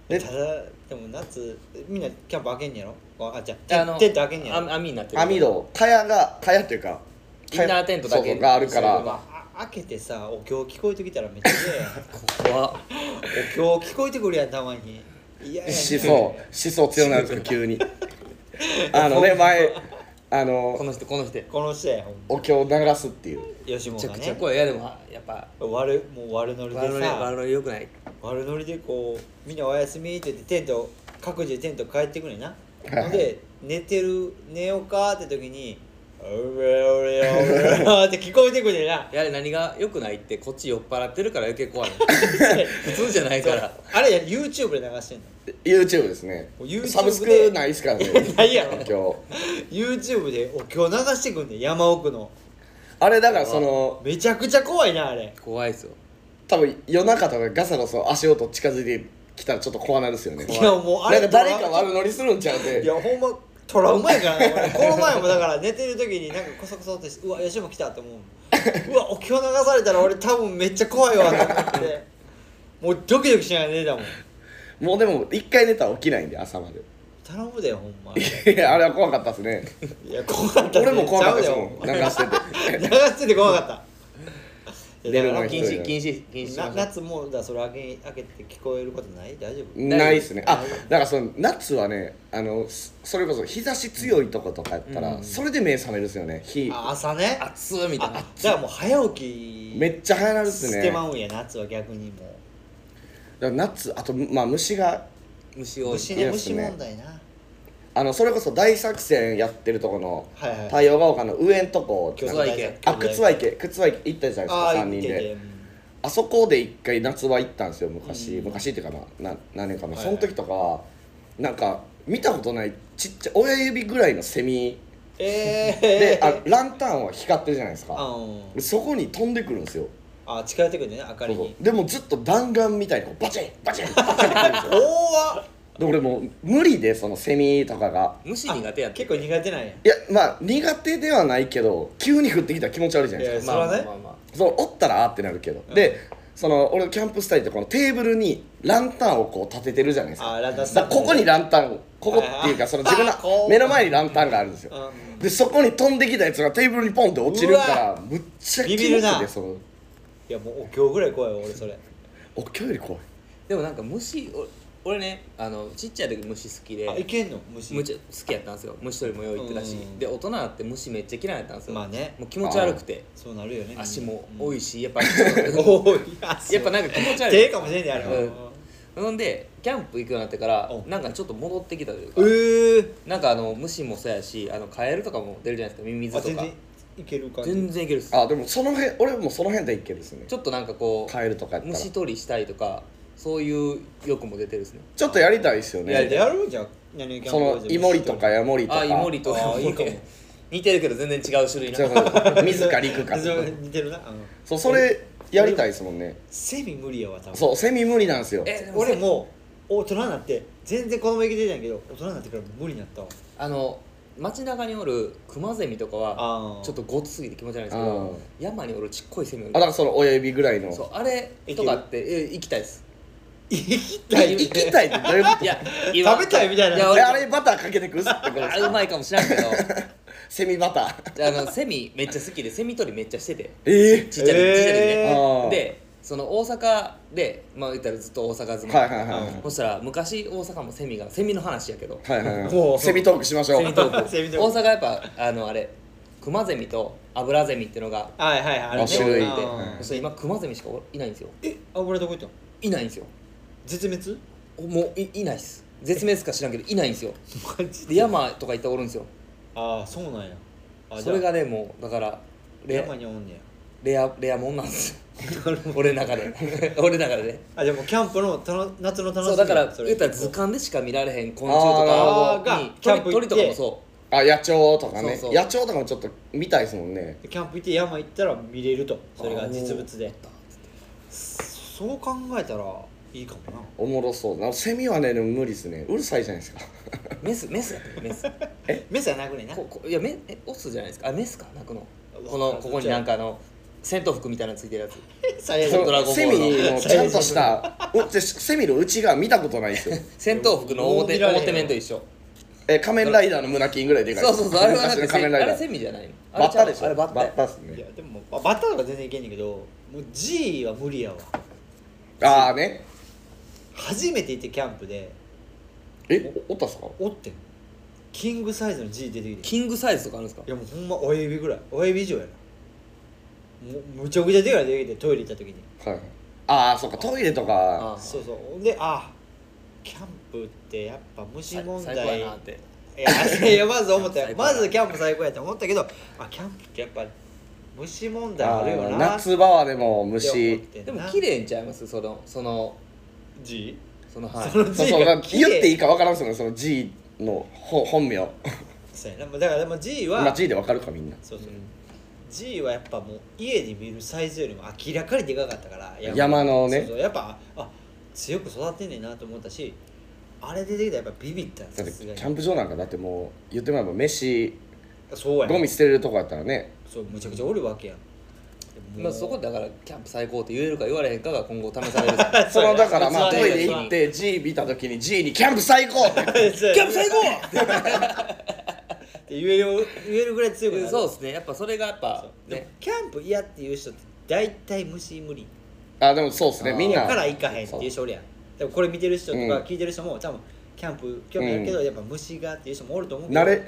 [SPEAKER 1] で
[SPEAKER 2] ただでも夏みんなキャンプ開けんねやろあじゃ
[SPEAKER 3] あ
[SPEAKER 2] あテント開けんねやろ
[SPEAKER 3] あ網になってる
[SPEAKER 1] 網戸蚊帳が蚊帳っていうか
[SPEAKER 3] インナーテントだ
[SPEAKER 1] そ
[SPEAKER 3] け
[SPEAKER 1] うそうがあるか
[SPEAKER 3] そう
[SPEAKER 1] ら
[SPEAKER 3] か
[SPEAKER 2] あ開けてさお経聞こえてきたらめっちゃ
[SPEAKER 3] 怖っ
[SPEAKER 2] 嫌やんお経聞こえてくるやんたまに嫌やねん
[SPEAKER 1] しそう思想強なるんですよ急にあのね前あ
[SPEAKER 3] こ
[SPEAKER 1] の
[SPEAKER 3] の人この人
[SPEAKER 2] この人やほんま
[SPEAKER 1] お経を流すっていう
[SPEAKER 2] 吉
[SPEAKER 3] め
[SPEAKER 2] 本
[SPEAKER 3] ちゃ
[SPEAKER 2] が
[SPEAKER 3] くちゃ
[SPEAKER 2] ね
[SPEAKER 3] 怖いいやでもやっぱ
[SPEAKER 2] 悪もう悪ノリで
[SPEAKER 3] 悪
[SPEAKER 2] さ
[SPEAKER 3] のり良くない
[SPEAKER 2] 悪ノリでこうみんなおやすみって言ってテント各自でテント帰ってくるねんな
[SPEAKER 1] はい
[SPEAKER 2] ほんで寝てる寝ようかって時に「おれおれおれ」って聞こえてくるねんな
[SPEAKER 3] いやあれ何が良くないってこっち酔っ払ってるから余計怖い 普通じゃないから
[SPEAKER 2] あれや YouTube で流してんの
[SPEAKER 1] YouTube ですね
[SPEAKER 2] YouTube で
[SPEAKER 1] サブスクないっすからね
[SPEAKER 2] ないやろ
[SPEAKER 1] お経
[SPEAKER 2] YouTube でお経流してくんねん山奥の
[SPEAKER 1] あれだからその
[SPEAKER 2] めちゃくちゃ怖いなあれ
[SPEAKER 3] 怖いっすよ
[SPEAKER 1] 多分夜中とかガサガサ足音近づいてきたらちょっと怖なるっすよね
[SPEAKER 2] いやもうあ
[SPEAKER 1] な
[SPEAKER 2] れ
[SPEAKER 1] んか誰か悪乗りするんちゃう
[SPEAKER 2] い
[SPEAKER 1] て
[SPEAKER 2] やほんまトラウマやからな俺この前もだから寝てる時になんかコソコソってしてうわ吉本来たって思うのうわお経流されたら俺多分めっちゃ怖いわと思ってもうドキドキしながら寝てたもん
[SPEAKER 1] もうでも一回寝たら起きないんで朝まで
[SPEAKER 2] 頼むでよほんま
[SPEAKER 1] いやあれは怖かったっすね
[SPEAKER 2] いや怖かった
[SPEAKER 1] 俺も怖かったです
[SPEAKER 2] ちゃう
[SPEAKER 1] もん
[SPEAKER 2] で
[SPEAKER 1] 流してて
[SPEAKER 2] ほんま流してて怖かったい
[SPEAKER 1] 出
[SPEAKER 2] や
[SPEAKER 1] るの
[SPEAKER 2] だ
[SPEAKER 1] が
[SPEAKER 2] から
[SPEAKER 1] 一人
[SPEAKER 3] 禁止禁止禁止し
[SPEAKER 2] な
[SPEAKER 3] ましょう
[SPEAKER 2] 夏もだそれ開け開けて聞こえることない大丈夫
[SPEAKER 1] ないですねあだからその夏はねあのそそれこそ日差し強いとことかやったら、
[SPEAKER 3] うん
[SPEAKER 1] それで目覚めるんですよね日
[SPEAKER 2] あ朝ねあ
[SPEAKER 3] 熱っみたいな
[SPEAKER 2] じゃあもう早起き
[SPEAKER 1] めっちゃ早なるっす
[SPEAKER 2] し
[SPEAKER 1] ね
[SPEAKER 2] てまうんや夏は逆にも
[SPEAKER 1] だから夏あと、まあ、虫が
[SPEAKER 3] 虫
[SPEAKER 2] う
[SPEAKER 3] を
[SPEAKER 2] 虫
[SPEAKER 1] い
[SPEAKER 2] ね
[SPEAKER 1] いです
[SPEAKER 2] 虫
[SPEAKER 1] ね
[SPEAKER 2] 問題な
[SPEAKER 1] あのそれこそ大作戦やってるとこの
[SPEAKER 2] はいはい
[SPEAKER 1] 太陽が丘の上んとこ
[SPEAKER 3] 巨
[SPEAKER 2] 大
[SPEAKER 3] 大池
[SPEAKER 1] あ靴は池靴は池行ったじゃ
[SPEAKER 2] ああ
[SPEAKER 1] ないで
[SPEAKER 2] い
[SPEAKER 1] すか3人
[SPEAKER 2] けいけ
[SPEAKER 1] で
[SPEAKER 2] うん
[SPEAKER 1] あそこで一回夏は行ったんですよ昔、
[SPEAKER 2] うん
[SPEAKER 1] 昔っていうかなな何年か前、
[SPEAKER 2] はい
[SPEAKER 1] その時とかなんか見たことないちっちゃい親指ぐらいのセミ
[SPEAKER 2] え
[SPEAKER 1] で
[SPEAKER 2] え
[SPEAKER 1] あランタンは光ってるじゃないです
[SPEAKER 2] あ
[SPEAKER 1] か
[SPEAKER 2] うん
[SPEAKER 1] そこに飛んでくるんですよ
[SPEAKER 2] あ近寄ってくるね明かりに
[SPEAKER 1] でもずっと弾丸みたいにこうバチンバチンバチンってくるんですよ
[SPEAKER 2] 怖っ
[SPEAKER 1] で俺もう無理でそのセミとかが
[SPEAKER 3] 虫苦手やって
[SPEAKER 2] 結構苦手なんや
[SPEAKER 1] いやまあ苦手ではないけど急に降ってきたら気持ち悪いじゃないですか
[SPEAKER 2] それはね
[SPEAKER 3] まあまあ
[SPEAKER 1] そうおったらあーってなるけど、
[SPEAKER 2] うん
[SPEAKER 1] でその俺キャンプスタイルってこのテーブルにランタンをこう立ててるじゃないです
[SPEAKER 2] あ
[SPEAKER 1] か
[SPEAKER 2] ーランタンスタ
[SPEAKER 1] だか
[SPEAKER 2] ン
[SPEAKER 1] ら
[SPEAKER 2] ド
[SPEAKER 1] ここにランタンここっていう
[SPEAKER 2] あー
[SPEAKER 1] かその自分の
[SPEAKER 2] あーこう
[SPEAKER 1] 目の前にランタンがあるんですよ
[SPEAKER 2] うん
[SPEAKER 1] でそこに飛んできたやつがテーブルにポンって落ちるか
[SPEAKER 2] う
[SPEAKER 1] らむっちゃ気持
[SPEAKER 2] ビビる
[SPEAKER 1] ち
[SPEAKER 2] な
[SPEAKER 1] でその
[SPEAKER 2] いやもうお経ぐらい怖いわ俺それ
[SPEAKER 1] お経より怖い
[SPEAKER 3] でもなんか虫お俺ねあのちっちゃい時虫好きで
[SPEAKER 2] あいけんの虫
[SPEAKER 3] むちゃ好きやったんですよ虫取りもよう行ってたし
[SPEAKER 2] うん
[SPEAKER 3] で大人になって虫めっちゃ嫌いやったんですよ
[SPEAKER 2] まあね
[SPEAKER 3] もう気持ち悪くて
[SPEAKER 2] そうなるよね
[SPEAKER 3] 足も多い
[SPEAKER 2] し
[SPEAKER 3] しやっぱ
[SPEAKER 2] 多いや
[SPEAKER 3] やっぱなんか気持ち悪い
[SPEAKER 2] 手かもしれんねあれは
[SPEAKER 3] うんほんでキャンプ行くようになってから
[SPEAKER 2] うん
[SPEAKER 3] なんかちょっと戻ってきたというか
[SPEAKER 2] ええ
[SPEAKER 3] なんかあの虫もそうやしあのカエルとかも出るじゃないですかミミズ
[SPEAKER 2] あ
[SPEAKER 3] と
[SPEAKER 2] 全
[SPEAKER 3] か
[SPEAKER 2] 然いける感じ
[SPEAKER 3] 全然いけるっす
[SPEAKER 1] あでもその辺俺もその辺でいけるですね
[SPEAKER 3] ちょっとなんかこ
[SPEAKER 1] カエルとかやっ
[SPEAKER 3] う
[SPEAKER 1] たら
[SPEAKER 3] 虫取りしたいとかそういう欲も出てるっすね
[SPEAKER 1] ちょっとやりたいですよ
[SPEAKER 2] や
[SPEAKER 1] ね
[SPEAKER 2] やるじゃん何キャンプ
[SPEAKER 1] そのイモリとかヤモリとか
[SPEAKER 3] あイモリと
[SPEAKER 2] あーいいかも
[SPEAKER 3] 似てるけど全然違う種類な
[SPEAKER 1] そうそう水か陸か
[SPEAKER 2] そう似てるなうん
[SPEAKER 1] そうそれやりたいですもんね
[SPEAKER 2] セミ無理やわ多分
[SPEAKER 1] そうセミ無理なんですよ
[SPEAKER 3] え
[SPEAKER 2] 俺
[SPEAKER 3] 俺も
[SPEAKER 2] も大人になって全然子供いけてたんやけど大人になってから無理になったわ
[SPEAKER 3] あの街中におるクマゼミとかは
[SPEAKER 2] あ
[SPEAKER 3] ちょっとごつすぎて気持ち悪いんですけ
[SPEAKER 1] あー
[SPEAKER 3] ど山におるちっこいセミおる
[SPEAKER 1] あだからその親指ぐらいの
[SPEAKER 3] そうあれとかってえ行きたいです
[SPEAKER 2] 行きたい
[SPEAKER 1] え行きたいってどういうこ
[SPEAKER 3] い
[SPEAKER 1] と
[SPEAKER 3] や今
[SPEAKER 2] 食べたいみたいな
[SPEAKER 3] や
[SPEAKER 1] え
[SPEAKER 3] 俺
[SPEAKER 1] あれバターかけてくすってことです
[SPEAKER 3] あう
[SPEAKER 1] か
[SPEAKER 3] まいかもしれんけど
[SPEAKER 1] セミバター
[SPEAKER 3] あのセミめっちゃ好きでセミ取りめっちゃしてて
[SPEAKER 1] ええ
[SPEAKER 3] ちっちゃい時ちっちゃい時
[SPEAKER 2] え
[SPEAKER 3] ね
[SPEAKER 1] ー
[SPEAKER 3] でその大阪でまあ言ったらずっと大阪住まい、
[SPEAKER 1] はいはいはいはい
[SPEAKER 3] そしたら昔大阪もセミがセミの話やけど
[SPEAKER 1] はいはい
[SPEAKER 2] も
[SPEAKER 1] は
[SPEAKER 2] う
[SPEAKER 1] いセミトークしましょう
[SPEAKER 3] セミトーク
[SPEAKER 2] セミトー
[SPEAKER 3] 大
[SPEAKER 2] ク
[SPEAKER 3] 阪やっぱあのあれクマゼミとアブラゼミっていうのが
[SPEAKER 2] はいはいはいあれね
[SPEAKER 1] あ種類で
[SPEAKER 2] あ
[SPEAKER 1] うん
[SPEAKER 3] そして今クマゼミしかおいないんですよ
[SPEAKER 2] えあ俺どこ行ったの
[SPEAKER 3] いないんですよ
[SPEAKER 2] 絶滅
[SPEAKER 3] もういいないっす絶滅か知らんけどいないんですよ
[SPEAKER 2] マジ
[SPEAKER 3] で山とか行ったらおるんですよ
[SPEAKER 2] ああそうなんやあ
[SPEAKER 3] それ
[SPEAKER 2] じゃあ
[SPEAKER 3] がねもうだからレ
[SPEAKER 2] 山におんねや
[SPEAKER 3] レアレアもんなん ですよ俺の中で俺の中でね
[SPEAKER 2] あでもキャンプのたの夏の楽しみ
[SPEAKER 3] そうだから
[SPEAKER 2] それ
[SPEAKER 3] 言ったら図鑑でしか見られへん昆虫と
[SPEAKER 2] あー
[SPEAKER 3] かに
[SPEAKER 2] がキャンプ
[SPEAKER 3] 鳥
[SPEAKER 2] 行って
[SPEAKER 3] 鳥とかもそ
[SPEAKER 1] あ野鳥とかね
[SPEAKER 3] そうそう
[SPEAKER 1] 野鳥とかもちょっと見たいですもんね
[SPEAKER 2] キャンプ行って山行ったら見れると
[SPEAKER 3] う
[SPEAKER 2] それが実
[SPEAKER 3] あ
[SPEAKER 2] 物
[SPEAKER 3] ー
[SPEAKER 2] で
[SPEAKER 3] もう
[SPEAKER 2] そう考えたらいいかもな
[SPEAKER 1] おもろそうなセミはねでも無理ですねうるさいじゃないですか
[SPEAKER 3] メスメスやったメス
[SPEAKER 2] メスはなくねんな
[SPEAKER 3] ここいやメえオスじゃないですかあメスか鳴くの
[SPEAKER 2] わ
[SPEAKER 3] このここになんかあの戦闘服みたいなのついてるやつ
[SPEAKER 2] 最悪
[SPEAKER 1] そ
[SPEAKER 3] ド
[SPEAKER 1] の
[SPEAKER 3] ラゴンボ
[SPEAKER 1] セ
[SPEAKER 3] ールの
[SPEAKER 1] ミのちゃんとしたうでセミの内側見たことないですよ
[SPEAKER 3] 戦闘服の
[SPEAKER 2] もう見
[SPEAKER 3] 表
[SPEAKER 2] られへん
[SPEAKER 3] 表面と一緒
[SPEAKER 1] え仮面ライダーの胸筋ぐらいでかい
[SPEAKER 3] そうそうそうあれはな
[SPEAKER 1] 昔
[SPEAKER 3] んか
[SPEAKER 1] の
[SPEAKER 3] せ
[SPEAKER 1] 仮面ラ
[SPEAKER 3] あ
[SPEAKER 1] イダ
[SPEAKER 3] れセ
[SPEAKER 1] ー
[SPEAKER 3] ミじゃないのあれ
[SPEAKER 1] バッタでし
[SPEAKER 3] ちゃうあ
[SPEAKER 1] ょ
[SPEAKER 3] れバッタや
[SPEAKER 1] っす
[SPEAKER 2] い
[SPEAKER 1] ね
[SPEAKER 2] やでもあバターが全然いけんねんけどもう G は無理やわ
[SPEAKER 1] ああね
[SPEAKER 2] 初めて行ってキャンプで
[SPEAKER 1] えおおったっすか
[SPEAKER 2] おってんキングサイズの G 出てきて
[SPEAKER 3] キングサイズとかあるんですか
[SPEAKER 2] いやもうほんま親指ぐらい親指以上やなもうむちゃくちゃでかいの出てきてトイレ行った時に
[SPEAKER 1] はいああそっかトイレとか
[SPEAKER 3] あー
[SPEAKER 2] そうそうほんであキャンプってやっぱ虫問
[SPEAKER 3] 最
[SPEAKER 2] 題
[SPEAKER 3] 高やなって
[SPEAKER 2] いやいやまず思った
[SPEAKER 3] 最
[SPEAKER 2] よ
[SPEAKER 3] 高
[SPEAKER 2] ま
[SPEAKER 3] やな
[SPEAKER 2] ずキャンプ最高やと思ったけどあキャンプってやっぱ虫問題あるよな
[SPEAKER 1] ー夏場はでも
[SPEAKER 2] って思
[SPEAKER 1] 虫
[SPEAKER 2] ってん
[SPEAKER 3] で
[SPEAKER 2] な
[SPEAKER 3] も綺麗にちゃいますそのその
[SPEAKER 2] G?
[SPEAKER 3] そのはい
[SPEAKER 2] その
[SPEAKER 1] そう
[SPEAKER 2] G
[SPEAKER 1] そう
[SPEAKER 2] が
[SPEAKER 1] だ
[SPEAKER 2] 綺
[SPEAKER 1] 言ってい
[SPEAKER 2] 麗
[SPEAKER 1] いか分からんすよねその G のほ本名
[SPEAKER 2] そうやなだからでも G は
[SPEAKER 1] まあ G で分かるかみんな
[SPEAKER 2] そうそう、G はやっぱもう家で見るサイズよりも明らかにでかかったから
[SPEAKER 1] 山のね
[SPEAKER 2] そうそうやっぱあ強く育ってんねんなと思ったしあれ出てきたらやっぱビビった
[SPEAKER 1] だ
[SPEAKER 2] さ
[SPEAKER 1] って
[SPEAKER 2] す
[SPEAKER 1] キ
[SPEAKER 2] がに
[SPEAKER 1] ャンプ場なんかだってもう言ってもらえば飯
[SPEAKER 2] そうや
[SPEAKER 1] ゴミ捨てれるとこやったらね
[SPEAKER 2] そうむちゃくちゃおるわけやんもう
[SPEAKER 3] まあ、そこだからキャンプ最高って言えるか言われへんかが今後試される
[SPEAKER 1] そのだからまあ
[SPEAKER 2] そう
[SPEAKER 1] ト
[SPEAKER 2] や
[SPEAKER 1] イレ行って G 見た時に G に「キャンプ最高!」って
[SPEAKER 2] そうや
[SPEAKER 3] キャンプ最高
[SPEAKER 2] って言える言えるぐらい強くなる
[SPEAKER 3] そうですねやっぱそれがやっぱ
[SPEAKER 2] そうでも
[SPEAKER 3] ね
[SPEAKER 2] キャンプ嫌っていう人って大体虫無理
[SPEAKER 1] あでもそうですね
[SPEAKER 3] あー
[SPEAKER 1] みん
[SPEAKER 2] だ
[SPEAKER 1] な
[SPEAKER 2] から行かへんっていう人おるやんでもこれ見てる人とか
[SPEAKER 1] うん
[SPEAKER 2] 聞いてる人も多分キャンプ興味あるけど、やっぱ虫がっていう人もおると思うけど
[SPEAKER 1] 慣れ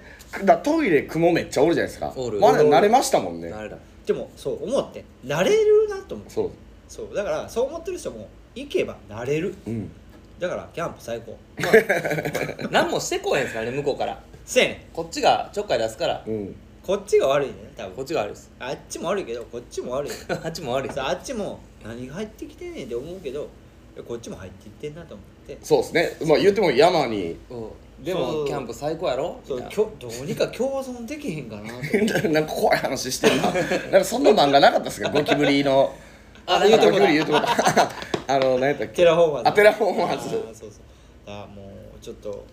[SPEAKER 1] だトイレ雲めっちゃおるじゃないですか
[SPEAKER 3] おる
[SPEAKER 1] まだ慣れましたもんね
[SPEAKER 3] 慣れた
[SPEAKER 2] でもそう思って慣れるなと思う
[SPEAKER 1] そ
[SPEAKER 2] そうだからそう思ってる人も行けば慣れる
[SPEAKER 1] ううん
[SPEAKER 2] だからキャンプ最高
[SPEAKER 3] 何もしてこへんすからね向こうから
[SPEAKER 2] せやねん
[SPEAKER 3] こっちがちょっかい出すから
[SPEAKER 1] うん
[SPEAKER 2] こっちが悪いね多
[SPEAKER 3] こっ
[SPEAKER 2] 分
[SPEAKER 3] ちが悪いです
[SPEAKER 2] あっちも悪いけどこっちも悪い
[SPEAKER 3] あっちも悪いです
[SPEAKER 2] さああっちも何が入ってきてんねんって思うけどいやこっちも入っていってんなと思って
[SPEAKER 1] そうですねまあ言っても山に
[SPEAKER 3] うんで
[SPEAKER 2] そ
[SPEAKER 3] も
[SPEAKER 2] う
[SPEAKER 3] キャンプ最高やろみ
[SPEAKER 2] そ
[SPEAKER 3] たいうな
[SPEAKER 2] きょどうにか共存できへんかなと思 って
[SPEAKER 1] なんか怖い話してるななんかそんな漫画なかったですかゴキブリの
[SPEAKER 2] あ言うて
[SPEAKER 1] ゴ
[SPEAKER 2] も
[SPEAKER 1] キ
[SPEAKER 2] ら
[SPEAKER 1] ブリ
[SPEAKER 2] う
[SPEAKER 1] 言うとこだ あの何やったっけ
[SPEAKER 2] テラフォーマーズ
[SPEAKER 1] あテラフォーマーズ
[SPEAKER 2] あそうそうだからもうちょっと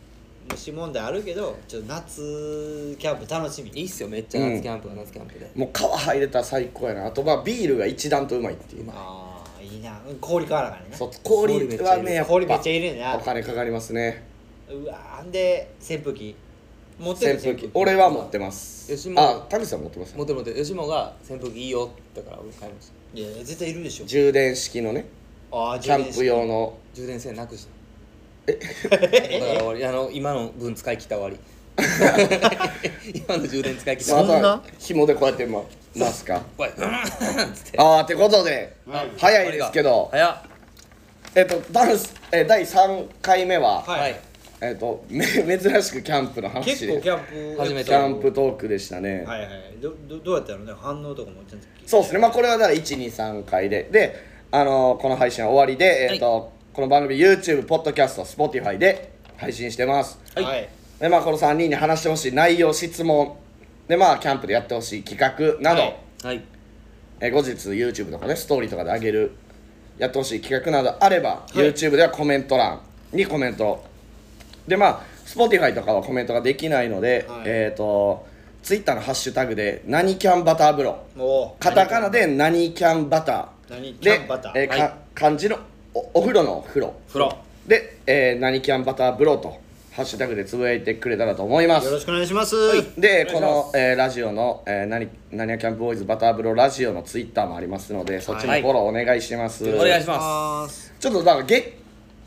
[SPEAKER 2] 虫問題あるけどちょっと夏キャンプ楽しみ
[SPEAKER 3] いいっすよめっちゃ夏キャンプが夏キャンプで
[SPEAKER 1] もう川入れたら最高やなあとまあビールが一段とうまいっていう
[SPEAKER 2] ああいいなうん氷買わなあからね
[SPEAKER 1] そう氷はねやっぱ
[SPEAKER 2] 氷めっちゃいるよな
[SPEAKER 1] お金かかりますね
[SPEAKER 2] うわあんで扇風機持ってる
[SPEAKER 1] 扇風機俺は持ってます
[SPEAKER 3] 吉本
[SPEAKER 1] あ田口さん持ってます
[SPEAKER 3] もてもて吉本が扇風機いいよって言ったから俺買いました
[SPEAKER 2] いや絶対いるでしょ
[SPEAKER 1] 充電式のね
[SPEAKER 2] ああ
[SPEAKER 1] キャンプ用の
[SPEAKER 3] 充電線なくしただから終わりあの今の分使い切った終わり 今の充電使い切った
[SPEAKER 1] ま
[SPEAKER 2] そんな
[SPEAKER 1] た紐でこうやってまますか
[SPEAKER 3] おいうんつって
[SPEAKER 1] ああってことで、早いですけど
[SPEAKER 3] 早っ
[SPEAKER 1] えっとダンスえ第3回目は、
[SPEAKER 2] はい、
[SPEAKER 3] はい
[SPEAKER 1] えっとめ珍しくキャンプの話で
[SPEAKER 2] 結構キャンプ
[SPEAKER 3] 初め
[SPEAKER 1] キ
[SPEAKER 3] て
[SPEAKER 1] ャンプトークでしたね、
[SPEAKER 2] はいはいどどどうやったのね反応とかもちゃんと聞いて
[SPEAKER 1] そうですねまあこれはだから123回でで、あのーこの配信は終わりで、えっとこの番組 YouTube ポッドキャスト Spotify で配信してます
[SPEAKER 3] はい
[SPEAKER 2] はい
[SPEAKER 1] でまあこの3人に話してほしい内容質問でまあキャンプでやってほしい企画など、
[SPEAKER 2] はい
[SPEAKER 3] はい
[SPEAKER 1] えー後日 YouTube とかねストーリーとかで上げるやってほしい企画などあれば、
[SPEAKER 2] い
[SPEAKER 1] YouTube ではコメント欄にコメントでまあ Spotify とかはコメントができないので、
[SPEAKER 2] はい
[SPEAKER 1] えっ、と Twitter のハッシュタグで「何キャンバター風呂」
[SPEAKER 2] もう
[SPEAKER 1] カタカナで「何キャンバター」
[SPEAKER 2] 何キ
[SPEAKER 1] で
[SPEAKER 2] ャンバター
[SPEAKER 1] えーか
[SPEAKER 3] はい
[SPEAKER 1] 漢字のおお風呂の風呂
[SPEAKER 3] 風呂
[SPEAKER 1] で、えー何キャンバター風呂とハッシュタグでつぶやいてくれたらと思います
[SPEAKER 2] よろしくお願いします、
[SPEAKER 1] でこの、えーラジオの、えー、何何やキャンプボーイズバターブロラジオのツイッターもありますのでそっちのフォローお願いします、
[SPEAKER 3] お願いし
[SPEAKER 2] お願いし
[SPEAKER 3] ま
[SPEAKER 2] ます
[SPEAKER 1] ちょっとだから月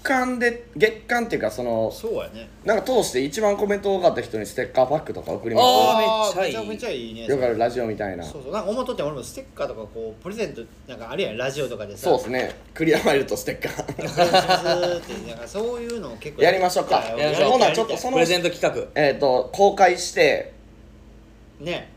[SPEAKER 1] 間で月間っていうかその
[SPEAKER 2] そうやね
[SPEAKER 1] なんか通して一番コメント多かった人にステッカーパックとか送りま
[SPEAKER 3] あ
[SPEAKER 1] す
[SPEAKER 3] ー
[SPEAKER 2] ー
[SPEAKER 3] めっちゃいい
[SPEAKER 2] めちゃめちゃいいね
[SPEAKER 1] よくあるラジオみたいな
[SPEAKER 2] そうそうなんか思っとって俺もステッカーとかこうプレゼントなんかあるやんラジオとかでさ
[SPEAKER 1] そうですねクリアマイルとステッカー
[SPEAKER 2] お願いしますってなんかそういうのを結構
[SPEAKER 1] やりましょうか
[SPEAKER 2] やり
[SPEAKER 3] やりま
[SPEAKER 2] た
[SPEAKER 3] しょう
[SPEAKER 2] い
[SPEAKER 3] ほ
[SPEAKER 1] なちょっとそ
[SPEAKER 3] す
[SPEAKER 1] の
[SPEAKER 3] プレゼント企
[SPEAKER 1] えっと公開して
[SPEAKER 2] ね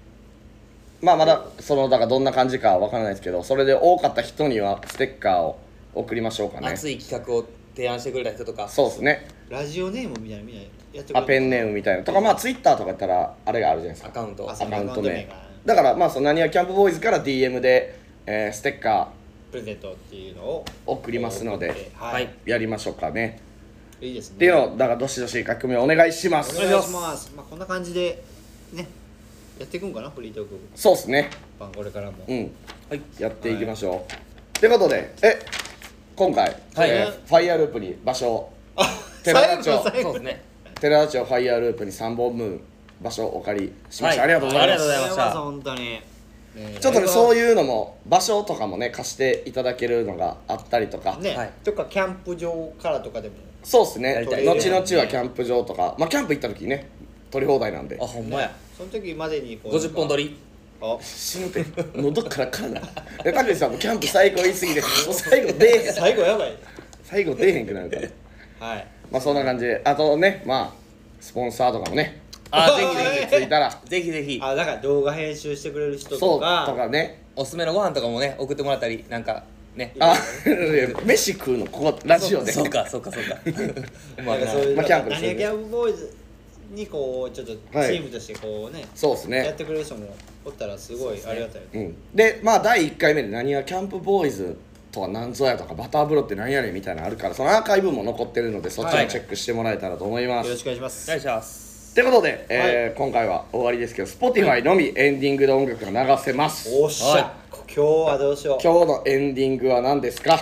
[SPEAKER 1] まあまだそのだからどんな感じかわからないですけどそれで多かった人にはステッカーを送りましょうか
[SPEAKER 3] 画
[SPEAKER 1] ね
[SPEAKER 3] 熱い企画を提案してくれた人とか
[SPEAKER 1] そうですね
[SPEAKER 2] ラジオネームみたいなのみんなやってくれ
[SPEAKER 1] あペンネームみたいなとかまあツイッターとかやったらあれがあるじゃないですか
[SPEAKER 3] アカウント
[SPEAKER 2] あ
[SPEAKER 1] アカウント
[SPEAKER 2] アカウン
[SPEAKER 1] 名
[SPEAKER 2] ト名が
[SPEAKER 1] だからまあそのなにわキャンプボーイズから DM で、えーステッカ
[SPEAKER 2] プレゼントっていうのを
[SPEAKER 1] ー送りますの
[SPEAKER 2] 送っ
[SPEAKER 1] で
[SPEAKER 2] て
[SPEAKER 3] は
[SPEAKER 2] はいい
[SPEAKER 1] やりましょうかね、
[SPEAKER 2] いいですね
[SPEAKER 1] っていうのをだからどしどし革命お願いしま
[SPEAKER 2] お
[SPEAKER 1] す
[SPEAKER 2] 願いしますまあこんな感じでねやっていくんかなフリートーク
[SPEAKER 1] そうっすね
[SPEAKER 2] 版これからも
[SPEAKER 1] うん
[SPEAKER 3] はい
[SPEAKER 1] やっていきましょう、ってことでえ今回、
[SPEAKER 3] はい
[SPEAKER 1] えーファイヤーループに場所を寺田町
[SPEAKER 2] 最
[SPEAKER 3] そ
[SPEAKER 2] 後
[SPEAKER 3] うですね
[SPEAKER 1] 寺田町ファイヤーループに3本分場所をお借りしました、
[SPEAKER 3] はい
[SPEAKER 1] ありがとうござい
[SPEAKER 3] あり
[SPEAKER 1] ま
[SPEAKER 3] がと
[SPEAKER 1] す
[SPEAKER 3] うございました
[SPEAKER 2] 本当に
[SPEAKER 1] ちょっとねそう
[SPEAKER 2] い
[SPEAKER 1] いうのも場所とかもね貸していただけるのがあったりとか、
[SPEAKER 2] ね、
[SPEAKER 3] はい
[SPEAKER 2] とかキャンプ場からとかでも
[SPEAKER 1] そうですね
[SPEAKER 3] やり
[SPEAKER 1] 後
[SPEAKER 3] たい
[SPEAKER 1] 々はキャンプ場とかまあキャンプ行った時ね取り放題なんで
[SPEAKER 3] あほんまや
[SPEAKER 2] その時までにこう
[SPEAKER 3] 50本撮り
[SPEAKER 2] あ
[SPEAKER 1] 死ぬて喉からからえたけしさんもキャンプ最高言い過ぎでもう最後出えへん
[SPEAKER 2] 最後やばい
[SPEAKER 1] 最後出えへんくなるから
[SPEAKER 2] はい
[SPEAKER 1] まあそんな感じであとねまあスポンサーとかもね
[SPEAKER 3] あ
[SPEAKER 2] はい
[SPEAKER 3] ぜ
[SPEAKER 1] ついたら
[SPEAKER 3] ひぜひぜひぜひ
[SPEAKER 2] あだから動画編集してくれる
[SPEAKER 1] そ
[SPEAKER 2] 人
[SPEAKER 1] うと
[SPEAKER 2] とか
[SPEAKER 1] かね
[SPEAKER 3] おすすめのご飯とかもね送ってもらったりなんかね
[SPEAKER 1] あ飯食うのここラジオで
[SPEAKER 3] そうかそう かそうかま
[SPEAKER 2] なん
[SPEAKER 3] あ
[SPEAKER 2] かそういう、
[SPEAKER 1] まあキャンプです
[SPEAKER 2] 何
[SPEAKER 1] よね
[SPEAKER 2] やキャンプボーイズにこうちょっとチ
[SPEAKER 1] はい
[SPEAKER 2] ームとしてこうね、
[SPEAKER 1] そうです
[SPEAKER 2] やっ
[SPEAKER 1] ね
[SPEAKER 2] てくれる人もおったらすごいありがたいよね
[SPEAKER 1] うんでまあ第1回目で何がキャンプボーイズとは何ぞやとかバター風呂って何やねんみたいなのあるからそのアーカイブも残ってるのでそっちもチェックしてもらえたらと思います
[SPEAKER 2] よろしくお願いします
[SPEAKER 3] お願いします
[SPEAKER 1] ということで、えー今回は終わりですけど Spotify のみエンディングで音楽が流せます
[SPEAKER 2] おっしゃ、
[SPEAKER 3] はい
[SPEAKER 2] 今日はどうしよう
[SPEAKER 1] 今日のエンディングは何ですか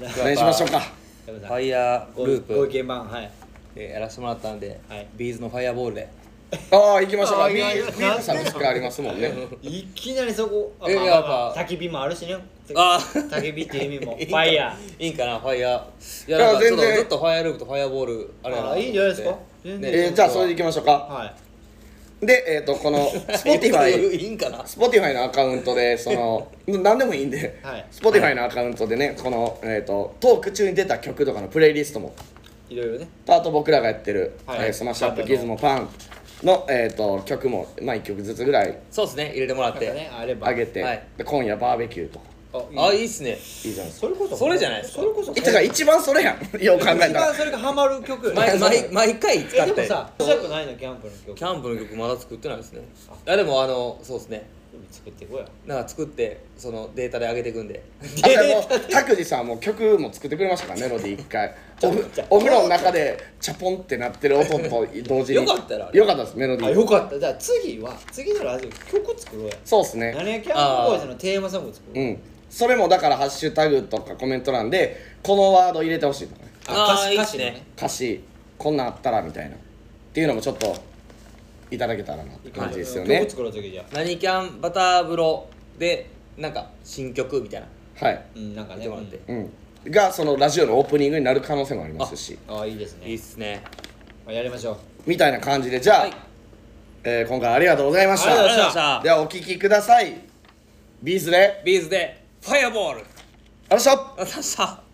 [SPEAKER 1] お願いしましょう か
[SPEAKER 2] フ
[SPEAKER 3] ファイヤールー
[SPEAKER 2] ごご
[SPEAKER 3] プ
[SPEAKER 2] 意見番はい
[SPEAKER 3] でやらせてもらったんで、
[SPEAKER 2] はい
[SPEAKER 3] ビーズのファイヤーボールで
[SPEAKER 1] ああ行きましょうか
[SPEAKER 2] あー
[SPEAKER 1] ビー
[SPEAKER 2] いやいや
[SPEAKER 1] ビールさんの力ありますもんね
[SPEAKER 2] いきなりそこあ
[SPEAKER 3] え
[SPEAKER 2] まあまあ
[SPEAKER 3] やっぱ
[SPEAKER 2] 焚き火もあるしねって
[SPEAKER 3] あ
[SPEAKER 2] 焚き火っていう意味もファイヤ
[SPEAKER 3] いいんかなファイヤーいや
[SPEAKER 1] いや
[SPEAKER 3] なんかちょっと
[SPEAKER 1] 全然
[SPEAKER 3] ずっとファイヤーループとファイヤーボールあれやな
[SPEAKER 2] あいいんじゃないですか全然
[SPEAKER 1] えーじゃあそれでいき
[SPEAKER 3] ま
[SPEAKER 1] ましょう
[SPEAKER 2] ー
[SPEAKER 1] か
[SPEAKER 2] はい
[SPEAKER 1] でえっ、とこの Spotify
[SPEAKER 3] いいんかな
[SPEAKER 1] Spotify のアカウントでその何でもいいんで、
[SPEAKER 2] はい
[SPEAKER 1] Spotify のアカウントでねこの、えー、とトーク中に出た曲とかのプレイリストも
[SPEAKER 2] いろいろね
[SPEAKER 1] あと僕らがやってる、
[SPEAKER 2] はい
[SPEAKER 1] えースマッシュアップギズモパンの、えー、と曲も、まあ、1曲ずつぐらい
[SPEAKER 3] そうですね入れてもらっ
[SPEAKER 2] なんか
[SPEAKER 3] て
[SPEAKER 2] ねあれば
[SPEAKER 1] 上げて、
[SPEAKER 3] はい
[SPEAKER 1] で今夜バーベキューとか
[SPEAKER 3] あい
[SPEAKER 2] い
[SPEAKER 3] いっすね
[SPEAKER 1] いいじゃないですか
[SPEAKER 2] それこそ
[SPEAKER 3] それじゃないですか
[SPEAKER 2] それこそ
[SPEAKER 1] だから一番それやん よう考え
[SPEAKER 2] 一
[SPEAKER 1] たら
[SPEAKER 2] 番それがハマる曲よね
[SPEAKER 3] 毎毎毎回使
[SPEAKER 2] え
[SPEAKER 3] っ
[SPEAKER 2] でも
[SPEAKER 3] て
[SPEAKER 2] さ面白くないのキャンプの曲
[SPEAKER 3] キャンプの曲まだ作ってないですねあでもあのそうですね
[SPEAKER 2] 作っていこうや
[SPEAKER 3] なんか作ってそのデータで上げていくんで
[SPEAKER 1] あでも 拓司さんも曲も作ってくれましたからメロディー一 回おふお風呂の中でチャポンってなってる 音と同時に
[SPEAKER 3] よかったよあれ
[SPEAKER 1] よかったですメロディ
[SPEAKER 2] あ
[SPEAKER 1] ー
[SPEAKER 2] よかったじゃあ次は次のラジオ曲作ろうや
[SPEAKER 1] そうっすね
[SPEAKER 2] 何やキャンプボーイズのテーマソング作ろ
[SPEAKER 1] う
[SPEAKER 2] うん
[SPEAKER 1] それもだからハッシュタグとかコメント欄でこのワード入れてほしいとかね
[SPEAKER 2] あ
[SPEAKER 3] あ
[SPEAKER 2] 歌詞
[SPEAKER 3] ーいいっ
[SPEAKER 2] 歌
[SPEAKER 3] す
[SPEAKER 2] 詞
[SPEAKER 3] ね
[SPEAKER 2] ね
[SPEAKER 1] 歌詞こんなんあったらみたいなっていうのもちょっといただけたらなって感じですよね
[SPEAKER 2] 曲作ろう次じゃあ
[SPEAKER 3] 何キャンバター風呂でなんか新曲みたいな
[SPEAKER 1] はい
[SPEAKER 2] うんなんか
[SPEAKER 3] 見
[SPEAKER 2] ね
[SPEAKER 3] てもらって、
[SPEAKER 1] うんがそのラジオのオープニングになる可能性もありますし
[SPEAKER 2] うんあいいです
[SPEAKER 3] いい
[SPEAKER 2] ね
[SPEAKER 3] っすね
[SPEAKER 2] やりましょう
[SPEAKER 1] みたいな感じでじゃあ、
[SPEAKER 3] はい
[SPEAKER 1] えー今回ありがとうございました
[SPEAKER 2] ありがとうございました
[SPEAKER 3] した
[SPEAKER 1] ではお聴きくださいビーズで
[SPEAKER 3] ビーズでファイアボー
[SPEAKER 1] あ
[SPEAKER 3] ル
[SPEAKER 1] りがとうございました
[SPEAKER 3] ありがとうございました